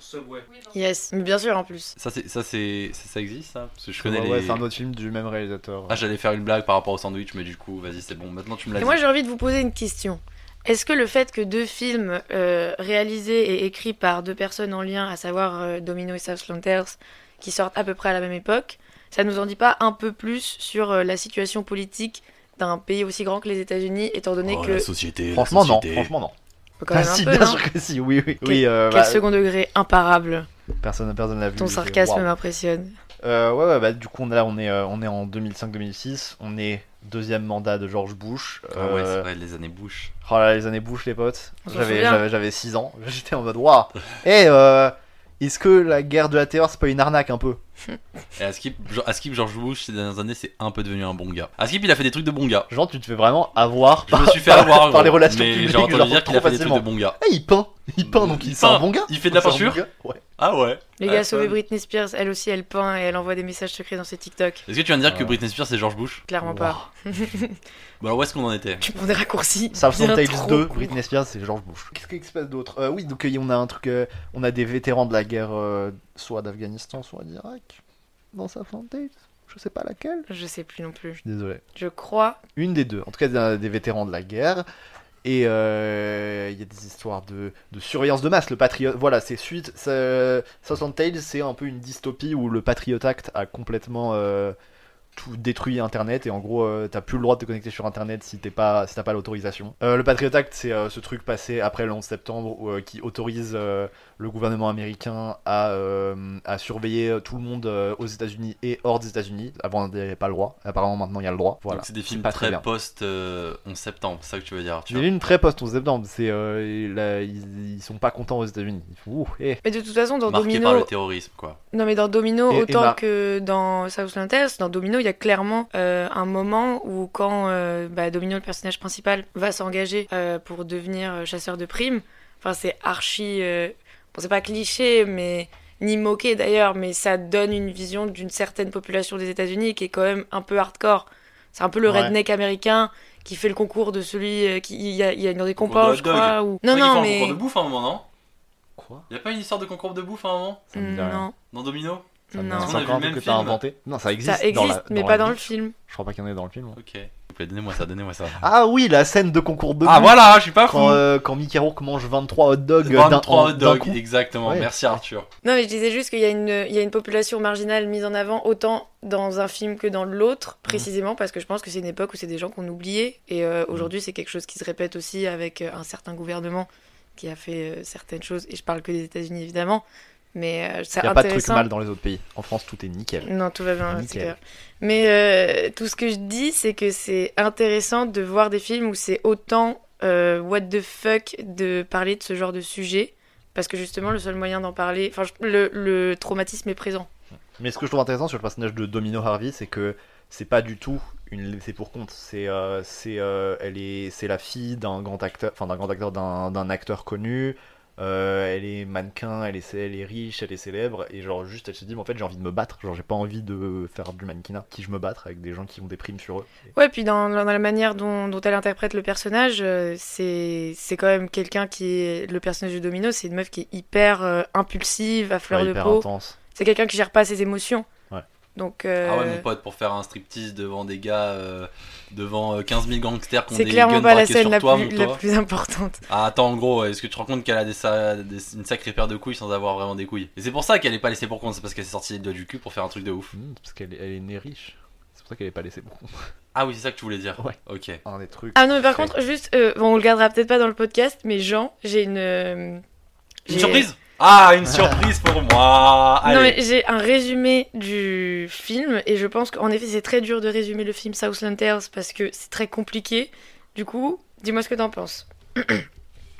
D: Yes, mais bien sûr en plus.
J: Ça c'est ça c'est ça, ça existe ça Parce que je connais
C: Ouais,
J: les.
C: ouais, c'est un autre film du même réalisateur.
J: Ah j'allais faire une blague par rapport au sandwich, mais du coup vas-y c'est bon. Maintenant tu me l'as
D: Et
J: dit.
D: moi j'ai envie de vous poser une question. Est-ce que le fait que deux films euh, réalisés et écrits par deux personnes en lien, à savoir euh, Domino et South Lanterns, qui sortent à peu près à la même époque, ça nous en dit pas un peu plus sur euh, la situation politique d'un pays aussi grand que les États-Unis, étant donné que
J: société.
C: franchement, non. Franchement, non.
D: Faut quand même
C: Oh, Ah,
D: un
C: si,
D: peu,
C: bien
D: non
C: sûr que si, oui, oui. oui euh,
D: Quel
C: bah,
D: second degré imparable.
C: Personne personne l'a vu.
D: Ton
C: c'est-
D: sarcasme
C: waouh.
D: m'impressionne.
C: Euh, ouais, ouais, bah du coup, on, là, on est, euh, on est en 2005-2006. On est deuxième mandat de George Bush.
J: Ah ouais
C: Euh,
J: c'est vrai les années Bush.
C: Oh là, les années Bush, les potes.
D: On s'en
C: J'avais-
D: souvient.
C: J'avais j'avais 6 ans. J'étais en mode, waouh. Eh, euh, est-ce que la guerre de la terreur, c'est pas une arnaque un peu
J: Et à Skip, à Skip George Bush ces dernières années c'est un peu devenu un bon gars. À Skip il a fait des trucs de bon gars.
C: Genre, tu te fais vraiment avoir
J: Je
C: par,
J: me suis fait
C: par-
J: avoir
C: par les
J: gros,
C: relations
J: Mais
C: publiques.
J: j'ai entendu
C: genre,
J: dire qu'il a fait
C: trop
J: des trucs de
C: facilement.
J: bon gars.
C: Eh, il peint, il peint, donc il,
J: Il
C: c'est un
J: peint.
C: bon gars.
J: Il fait de la
C: C'est un
J: peinture
C: bon gars, Ouais.
J: Ah ouais.
D: Les
J: Ah,
D: gars,
J: ouais.
D: sauvez Britney Spears, elle aussi elle peint et elle envoie des messages secrets dans ses TikTok.
J: Est-ce que tu viens de dire que
C: Ouais.
J: Britney Spears c'est George Bush
D: Clairement pas.
J: Bon alors où est-ce qu'on en était
D: Tu prends des raccourcis.
C: Samson
D: bien
C: Tales
D: trop
C: 2,
D: courts.
C: Britney Spears, c'est George Bush. Qu'est-ce qu'il se passe d'autre Euh, Oui, donc euh, on a un truc, euh, on a des vétérans de la guerre, euh, soit d'Afghanistan, soit d'Irak, dans Samson Tales, je sais pas laquelle.
D: Je sais plus non plus.
C: Désolé.
D: Je crois.
C: Une des deux, en tout cas d'un- des vétérans de la guerre. Et euh, il y a des histoires de, de surveillance de masse. Le Patriot, voilà, c'est suite. ça- Samson Tales, c'est un peu une dystopie où le Patriot Act a complètement euh, tout détruit Internet et en gros euh, t'as plus le droit de te connecter sur Internet si t'es pas si t'as pas l'autorisation. Euh, le Patriot Act c'est euh, ce truc passé après le 11 septembre où, euh, qui autorise euh, le gouvernement américain à, euh, à surveiller tout le monde euh, aux États-Unis et hors des États-Unis. Avant on n'avait pas le droit. Apparemment maintenant il y a le droit. Voilà.
J: Donc c'est des films
C: pas très
J: très,
C: bien.
J: post euh, 11 septembre, c'est ça que tu veux dire
C: Il y
J: Arthur
C: a une très post 11 septembre. C'est euh, là, ils, ils sont pas contents aux États-Unis. Ils font, ouh, eh.
D: Mais de toute façon, dans
J: Marqué par
D: Domino,
J: le terrorisme quoi.
D: non mais dans Domino
C: Et- et
D: autant
C: Mar-
D: que dans South Lanterns, dans Domino, il y a clairement euh, un moment où quand euh, bah, Domino, le personnage principal, va s'engager euh, pour devenir euh, chasseur de primes. Enfin, c'est archi. euh, Bon, c'est pas cliché, mais ni moqué d'ailleurs, mais ça donne une vision d'une certaine population des États-Unis qui est quand même un peu hardcore. C'est un peu le
C: Ouais.
D: redneck américain qui fait le concours de celui euh, qui il y a, il y a une
J: Concours de
D: récompense,
J: hot
D: je
J: dog.
D: crois. Ou...
J: Je
D: Non,
J: crois
D: non,
J: qu'il fait un
D: mais
J: concours de bouffe à un moment non
C: Quoi
J: Il y a pas une histoire de concours de bouffe à un moment
C: Ça me dit rien.
D: non.
J: dans Domino
C: Ça me dit
D: Non.
C: rien.
J: On
C: C'est
J: a vu
C: encore un
J: le
C: truc que
J: même
C: t'as
J: film.
C: inventé. Non, ça existe.
D: Ça existe,
C: dans la-
D: mais
C: la
D: pas dans
C: vie.
D: le film.
C: Je crois pas qu'il y en ait dans le film.
J: OK. S'il vous plaît, donnez-moi ça, donnez-moi ça.
C: Ah oui, la scène de concours de
J: Ah
C: bouffe.
J: voilà, je suis pas fou.
C: quand, euh, quand Mickey Rourke mange 23 hot dogs euh, d'un-
J: 23
C: en-
J: hot
C: d'un
J: dogs,
C: coup.
J: exactement.
C: Ouais.
J: Merci Arthur.
D: Non, mais je disais juste qu'il y, a une- il y a une population marginale mise en avant autant dans un film que dans l'autre, précisément parce que je pense que c'est une époque où c'est des gens qu'on oubliait. Et euh, aujourd'hui, c'est quelque chose qui se répète aussi avec euh, un certain gouvernement qui a fait euh, certaines choses. Et je parle que des États-Unis, évidemment. Mais euh, ça
C: Il y a pas de truc
D: intéressant.
C: mal dans les autres pays. En France, tout est nickel.
D: Non, tout va bien, c'est
C: Nickel.
D: clair. Mais euh, tout ce que je dis, c'est que c'est intéressant de voir des films où c'est autant euh, what the fuck de parler de ce genre de sujet. Parce que justement, le seul moyen d'en parler, enfin, je- le, le traumatisme est présent.
C: Mais ce que je trouve intéressant sur le personnage de Domino Harvey, c'est que c'est pas du tout une laissée pour compte. C'est euh, c'est euh, elle est c'est la fille d'un grand acteur, enfin d'un grand acteur d'un d'un acteur connu. Euh, elle est mannequin, elle est, elle est riche, elle est célèbre et genre juste elle se dit mais en fait j'ai envie de me battre, genre j'ai pas envie de faire du mannequinat, qui je me battre avec des gens qui ont des primes sur eux.
D: Ouais, puis dans, dans la manière dont, dont elle interprète le personnage, euh, c'est c'est quand même quelqu'un qui est. Le personnage de Domino, c'est une meuf qui est hyper euh, impulsive, à fleur
C: Ouais,
D: de
C: hyper
D: peau.
C: intense.
D: C'est quelqu'un qui gère pas ses émotions.
C: Ouais.
D: Donc. euh,
J: Ah ouais mon pote pour faire un striptease devant des gars euh, devant euh, 15 000 gangsters qui ont
D: C'est
J: des
D: clairement
J: guns
D: pas la
J: braqués
D: scène
J: sur
D: la
J: toi,
D: plus-
J: mon
D: la
J: toi.
D: plus importante.
J: Ah attends, en gros, est-ce que tu te rends compte qu'elle a des, sa- des- une sacrée paire de couilles sans avoir vraiment des couilles Et c'est pour ça qu'elle est pas laissée pour compte, c'est parce qu'elle s'est sortie les doigts du cul pour faire un truc de ouf.
C: Hmm, parce qu'elle est, elle est née riche. C'est pour ça qu'elle est pas laissée pour compte.
J: Ah oui, c'est ça que tu voulais dire.
C: Ouais.
J: Ok.
C: Un des trucs.
D: Ah non, mais par
C: très-
D: contre, juste, euh, bon, on le gardera peut-être pas dans le podcast, mais Jean, j'ai une. euh,
J: Une
D: j'ai-
J: surprise Ah, une surprise pour moi Allez.
D: Non, mais j'ai un résumé du film, et je pense qu'en effet, c'est très dur de résumer le film South Lanterns parce que c'est très compliqué. Du coup, dis-moi ce que t'en penses.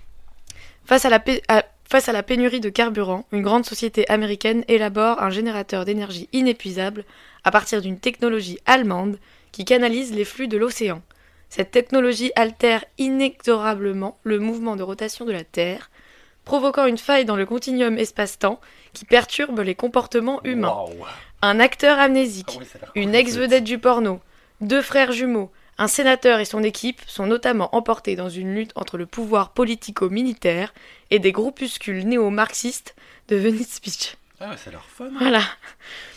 D: Face à la, pé- à- face à la pénurie de carburant, une grande société américaine élabore un générateur d'énergie inépuisable à partir d'une technologie allemande qui canalise les flux de l'océan. Cette technologie altère inexorablement le mouvement de rotation de la Terre, provoquant une faille dans le continuum espace-temps qui perturbe les comportements humains. Un acteur amnésique,
J: Ah
D: une ex-vedette du porno, deux frères jumeaux, un sénateur et son équipe sont notamment emportés dans une lutte entre le pouvoir politico-militaire et des groupuscules néo-marxistes de Venice Beach.
A: Ah ouais, ça a l'air fun.
D: Voilà.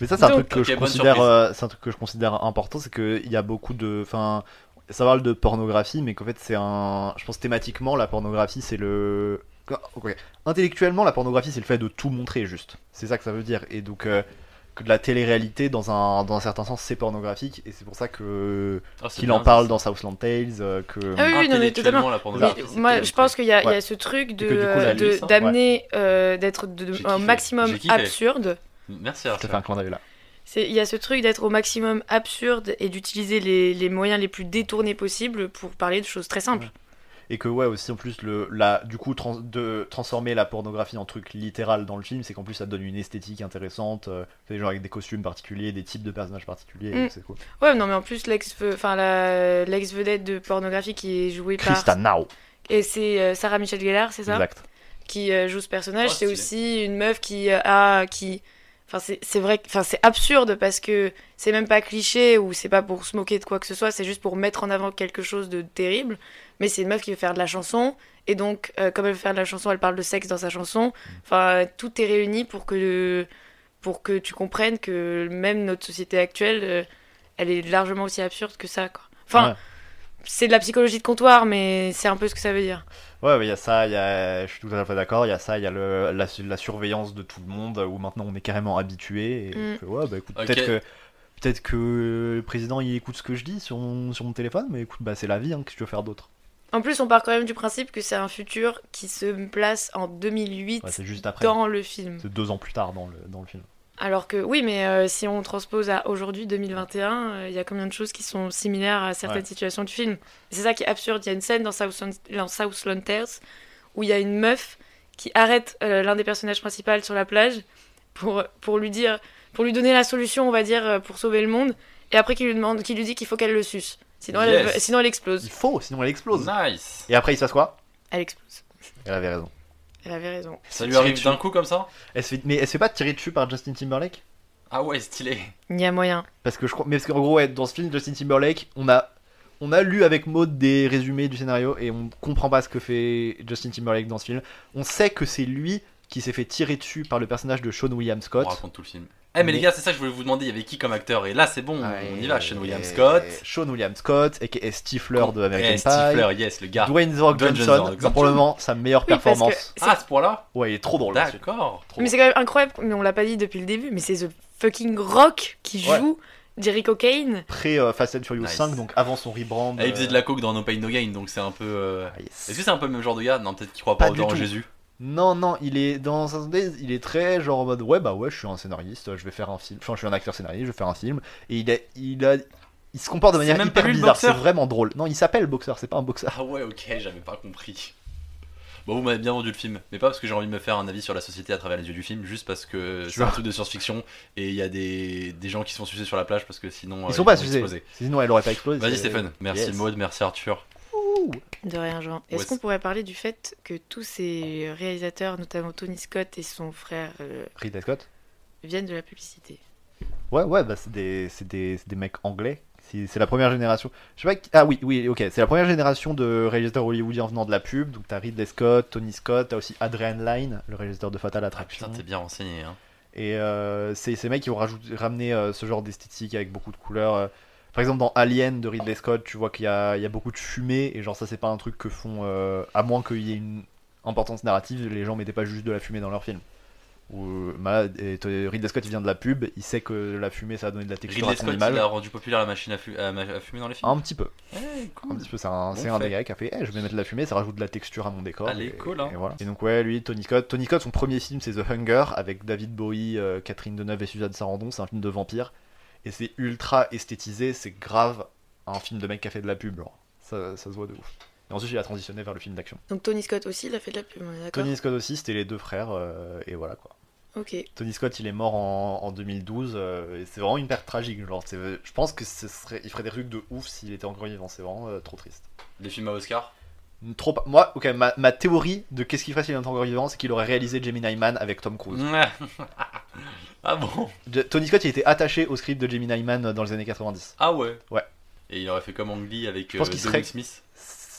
C: Mais ça, c'est un truc
D: Donc-
C: que
A: Ok,
C: je
A: bonne
C: considère,
A: surprise.
C: euh, c'est un truc que je considère important, c'est qu'il y a beaucoup de, enfin, ça parle de pornographie, mais qu'en fait, c'est un, je pense thématiquement, la pornographie, c'est le, Ah, ok. intellectuellement, la pornographie, c'est le fait de tout montrer, juste. C'est ça que ça veut dire. Et donc, euh, que de la télé-réalité, dans un, dans un certain sens, c'est pornographique, et c'est pour ça que
A: Ah, c'est
C: qu'il
A: bien,
C: en parle
A: ça.
C: dans Southland Tales, euh, que.
D: Ah oui, oui, non, mais
A: Intellectuellement,
D: totalement.
A: la
D: Mais
A: pornographie, c'est
J: euh,
D: moi,
A: tel
D: je
A: truc.
D: pense qu'il y, a- il y a
C: Ouais.
D: ce truc de,
C: Et que du coup, la
D: de-
A: liste, hein,
D: d'amener, euh, d'être de-
A: J'ai
D: un
A: kiffé,
D: maximum
A: j'ai kiffé.
D: absurde.
A: Merci
C: Ça fait un
A: Arthur.
C: clin d'œil là.
D: C'est- Il y a ce truc d'être au maximum absurde et d'utiliser les, les moyens les plus détournés possibles pour parler de choses très simples.
C: Et que ouais aussi en plus le la du coup trans- de transformer la pornographie en truc littéral dans le film, c'est qu'en plus ça donne une esthétique intéressante, euh, des gens avec des costumes particuliers, des types de personnages particuliers,
D: Mm.
C: donc c'est cool.
D: Ouais, non, mais en plus, l'ex- enfin, la- l'ex-vedette de pornographie qui est jouée par.
C: Krista Now,
D: Et c'est euh, Sarah Michelle Gellar, c'est ça
C: exact.
D: qui euh, joue ce personnage,
A: Oh,
D: c'est
A: stylé.
D: aussi une meuf qui euh, a qui enfin c'est c'est vrai que- enfin c'est absurde parce que c'est même pas cliché ou c'est pas pour se moquer de quoi que ce soit, c'est juste pour mettre en avant quelque chose de terrible, mais c'est une meuf qui veut faire de la chanson et donc euh, comme elle veut faire de la chanson, elle parle de sexe dans sa chanson. Enfin tout est réuni pour que pour que tu comprennes que même notre société actuelle euh, elle est largement aussi absurde que ça quoi. Enfin
C: Ouais.
D: c'est de la psychologie de comptoir mais c'est un peu ce que ça veut dire.
C: Ouais, mais il y a ça, il y a, je suis tout à fait d'accord, il y a ça, il y a le, la, su- la surveillance de tout le monde où maintenant on est carrément habitué et
D: Mm.
C: que, ouais, bah écoute,
A: Ok.
C: peut-être que peut-être que le président il écoute ce que je dis sur mon, sur mon téléphone, mais écoute, bah c'est la vie hein, qu'est-ce que tu veux faire d'autre.
D: En plus, on part quand même du principe que c'est un futur qui se place en 2008
C: Ouais, c'est juste après.
D: dans le film.
C: C'est deux ans plus tard dans le dans le film.
D: Alors que, oui, mais euh, si on transpose à aujourd'hui, 2021, euh, il y a combien de choses qui sont similaires à certaines
C: Ouais.
D: situations du film C'est ça qui est absurde. Il y a une scène dans Southland, dans Southland Tales où il y a une meuf qui arrête euh, l'un des personnages principaux sur la plage pour, pour lui dire, pour lui donner la solution, on va dire, euh, pour sauver le monde, et après qui lui, demande, qui lui dit qu'il faut qu'elle le suce. Sinon,
A: Yes.
D: elle, sinon elle explose.
C: Il faut, sinon elle explose.
A: Oh, Nice.
C: Et après il se passe quoi
D: Elle explose.
C: Elle avait raison.
D: Elle avait raison.
A: Ça
C: se
A: lui
C: tire
A: arrive
C: dessus.
A: d'un coup comme ça
C: Elle se fait- mais elle se fait pas tirer dessus par Justin Timberlake
A: Ah ouais, stylé.
D: Il y a moyen.
C: Parce que je crois. Mais parce qu'en gros, ouais, dans ce film, Justin Timberlake, on a, on a lu avec Maud des résumés du scénario et on comprend pas ce que fait Justin Timberlake dans ce film. On sait que c'est lui qui s'est fait tirer dessus par le personnage de Sean William Scott.
A: On raconte tout le film. Eh mais, les
C: Mais-
A: gars, c'est ça que je voulais vous demander, il y avait qui comme acteur Et là, c'est bon, on y va,
C: chez
A: Sean William Scott.
C: Sean William Scott, aka Stifler de American
A: Eh,
C: Pie.
A: Stifler, yes, le gars.
C: Dwayne The Rock
A: Dwayne
C: Johnson,
A: Johnson,
C: dans probablement sa meilleure
D: Oui, parce que-
C: performance.
A: Ah, à ce point-là
C: Ouais, il est trop drôle. dans ce film.
A: D'accord. Trop
D: Mais c'est quand même incroyable, mais on l'a pas dit depuis le début, mais c'est The Fucking Rock qui
C: Ouais.
D: joue Jericho Kane.
C: Pré euh, Fast and Furious
A: Nice.
C: 5, donc avant son rebrand.
A: Ah, il faisait de la coke dans No Pain No Gain, donc c'est un peu. euh,
C: euh, yes.
A: Est-ce que c'est un peu le même genre de gars Non, peut-être qu'il croit pas,
C: Pas du
A: autant en
C: tout.
A: Jésus.
C: Non, non, il est dans Sense Days, il est très genre en mode ouais, bah ouais, je suis un scénariste, je vais faire un film. Enfin, je suis un acteur scénariste, je vais faire un film. Et il a, il a, il se comporte de
A: C'est
C: manière
A: même pas
C: hyper
A: lui le
C: bizarre, c'est
A: boxeur
C: vraiment drôle. Non, il s'appelle boxeur, c'est pas un boxeur.
A: Ah ouais, ok, j'avais pas compris. Bon, vous m'avez bien vendu le film, mais pas parce que j'ai envie de me faire un avis sur la société à travers les yeux du film, juste parce que c'est
C: vois.
A: un truc de science-fiction et il y a des, des gens qui sont sucés sur la plage parce que sinon. euh,
C: Ils sont pas
A: vont
C: susés.
A: exploser.
C: Sinon, elle aurait pas explosé.
A: Vas-y,
C: c'est-
A: Stéphane. Merci
C: Yes.
A: Maud, merci Arthur.
D: De rien, Jean.
A: Ouais,
D: Est-ce qu'on pourrait parler du fait que tous ces réalisateurs, notamment Tony Scott et son frère, euh,
C: Ridley Scott.
D: viennent de la publicité
C: Ouais, ouais, bah c'est des, c'est des, c'est des mecs anglais. C'est c'est la première génération. Je sais pas. qui- Ah oui, oui, ok. C'est la première génération de réalisateurs hollywoodiens venant de la pub. Donc t'as Ridley Scott, Tony Scott, t'as aussi Adrian Lyne, le réalisateur de Fatal
A: Ah
C: Attraction.
A: putain, t'es bien renseigné, hein.
C: Et euh, c'est ces mecs qui ont rajouté, ramené euh, ce genre d'esthétique avec beaucoup de couleurs. euh. Par exemple, dans Alien de Ridley Scott, tu vois qu'il y a, il y a beaucoup de fumée. Et genre, ça, c'est pas un truc que font. euh, à moins qu'il y ait une importance narrative, les gens mettaient pas juste de la fumée dans leur film. Ou, bah, et t- Ridley Scott, il vient de la pub. Il sait que la fumée, ça va donner de la texture
A: Ridley
C: à son
A: Scott,
C: image.
A: il a rendu populaire la machine à, fu- à ma- à fumer dans les films.
C: Un petit peu.
A: Eh, cool.
C: Un petit peu, c'est un, c'est
A: fait.
C: un des gars qui a fait Eh, je vais mettre de la fumée, ça rajoute de la texture à mon décor.
A: Allez,
C: et,
A: cool, hein.
C: et voilà. Et donc, ouais, lui, Tony Scott. Tony Scott, son premier film, c'est The Hunger avec David Bowie, euh, Catherine Deneuve et Suzanne Sarandon. C'est un film de vampire. Et c'est ultra esthétisé, c'est grave un film de mec qui a fait de la pub. genre. Ça, ça se voit de ouf. Et ensuite, il a transitionné vers le film d'action.
D: Donc Tony Scott aussi, il a fait de la pub, on est d'accord
C: Tony Scott aussi, c'était les deux frères, euh, et voilà quoi.
D: Ok.
C: Tony Scott, il est mort en, en 2012, euh, et c'est vraiment une perte tragique. Genre, c'est- je pense que ce serait, il ferait des trucs de ouf s'il était encore vivant, c'est vraiment euh, trop triste.
J: Des films à Oscar
C: Trop pas- Moi, ok, ma, ma théorie de qu'est-ce qu'il ferait s'il était encore vivant, c'est qu'il aurait réalisé Gemini Man avec Tom Cruise.
J: Ah bon
C: Je- Tony Scott, il était attaché au script de Gemini Man dans les années 90.
J: Ah ouais
C: Ouais.
J: Et il aurait fait comme Ang Lee avec
C: Je
J: euh,
C: pense qu'il
J: Dominic
C: serait-
J: Smith.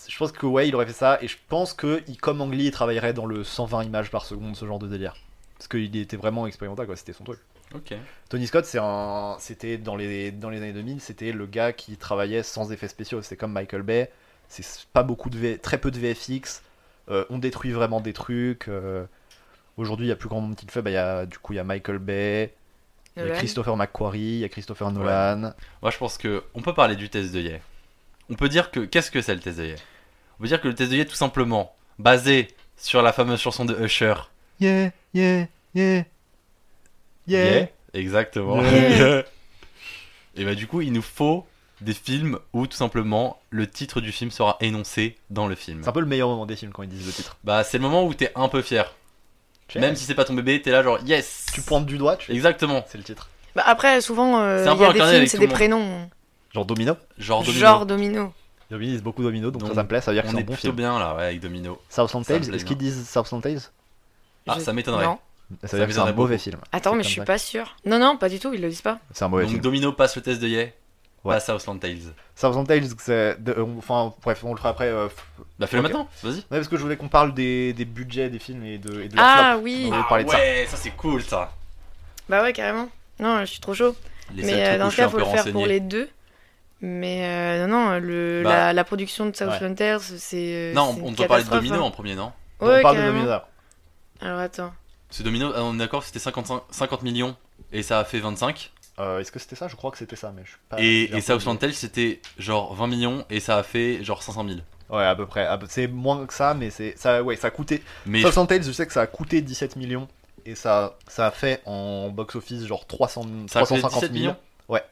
C: Je pense que ouais, il aurait fait ça, et je pense que il, comme Ang Lee, il travaillerait dans le 120 images par seconde, ce genre de délire. Parce qu'il était vraiment expérimental, quoi, c'était son truc.
J: Ok.
C: Tony Scott, c'est un, c'était dans les dans les années 2000, c'était le gars qui travaillait sans effets spéciaux. C'était comme Michael Bay. C'est pas beaucoup de V- très peu de VFX. Euh, on détruit vraiment des trucs. euh, Aujourd'hui, il y a plus grand monde qui le fait. Bah, il y a, du coup, il y a Michael Bay, il y a
D: Nolan.
C: Christopher McQuarrie, il y a Christopher Nolan.
J: Moi, je pense que on peut parler du test de Yeh. On peut dire que qu'est-ce que c'est le test de Yeh On peut dire que le test de Yeh, tout simplement, basé sur la fameuse chanson de Usher.
C: Yeah, yeah, yeah, yeah.
J: Yeh, exactement. Et bah du coup, il nous faut des films où tout simplement le titre du film sera énoncé dans le film.
C: C'est un peu le meilleur moment des films quand ils disent le titre.
J: Bah c'est le moment où t'es un peu fier. Même si c'est pas ton bébé, t'es là genre yes.
C: tu pointes du doigt, tu...
J: Exactement.
C: c'est le titre.
D: Bah après, souvent, euh,
J: C'est un
D: il
J: peu
D: y a des
J: incarné
D: films,
J: avec
D: c'est
J: tout le
D: des
J: monde.
D: prénoms.
C: Genre Domino.
J: Genre Domino.
D: Genre Domino.
C: Ils disent beaucoup Domino, donc,
J: Donc,
C: ça, ça me plaît. Ça veut dire que
J: on
C: c'est
J: est
C: un bon
J: plutôt
C: film.
J: bien là ouais, avec Domino.
C: Southland
J: Ça me
C: Tales.
J: plaît
C: Est-ce qu'ils disent Southland Tales
J: Ah,
D: Je-
J: ça m'étonnerait.
D: Non.
C: Ça veut dire
J: me
C: que c'est un
J: donnerait
C: mauvais film.
D: Attends,
C: C'est
D: mais je
C: comme
D: suis
C: ça.
D: pas sûre. Non, non, pas du tout, ils le disent pas.
C: C'est un mauvais
J: Donc
C: film.
J: Domino passe le test de Yeh.
C: Ouais.
J: Passe Southland Tales.
C: Southland Tales, c'est. de- euh, on- Enfin, bref, on le fera après. euh, f-
J: Bah fais-le
C: Ok.
J: maintenant, vas-y.
C: Ouais, parce que je voulais qu'on parle des, des budgets des films et de, et de
D: Ah
C: la flop.
D: oui.
C: On avait parlé de ça.
J: ouais, ça c'est cool ça.
D: Bah ouais, carrément. Non, je suis trop chaud.
J: Les
D: mais
J: seuls
D: euh,
J: trucs
D: dans
J: où
D: ce
J: je suis
D: cas,
J: un
D: faut
J: peu
D: le faire pour
J: renseigné.
D: les deux. Mais euh, non, non, le,
J: Bah.
D: la, la production de South
C: Ouais.
D: Hunters, c'est. euh,
J: Non,
D: c'est
J: on
D: une
J: doit parler de
D: catastrophe,
J: Domino
D: hein.
J: en premier, non
C: On
D: Ouais,
C: parle de
D: carrément.
C: Dominator.
D: Alors attends.
J: C'est Domino, ah, on est d'accord, c'était 55 50 millions et ça a fait 25.
C: Euh, Est-ce que c'était ça Je crois que c'était ça, mais je suis pas.
J: et
C: j'ai
J: et
C: un peu
J: Southland
C: oublié.
J: Tales, c'était genre 20 millions et ça a fait genre 500 000.
C: Ouais, à peu près. à peu- C'est moins que ça, mais c'est ça. Ouais, ça a coûté.
J: Mais
C: Southland Tales, je sais que ça a coûté 17 millions et ça, ça a fait en box office genre 300,
J: ça a coûté
C: 350
J: 17 millions
C: Ouais.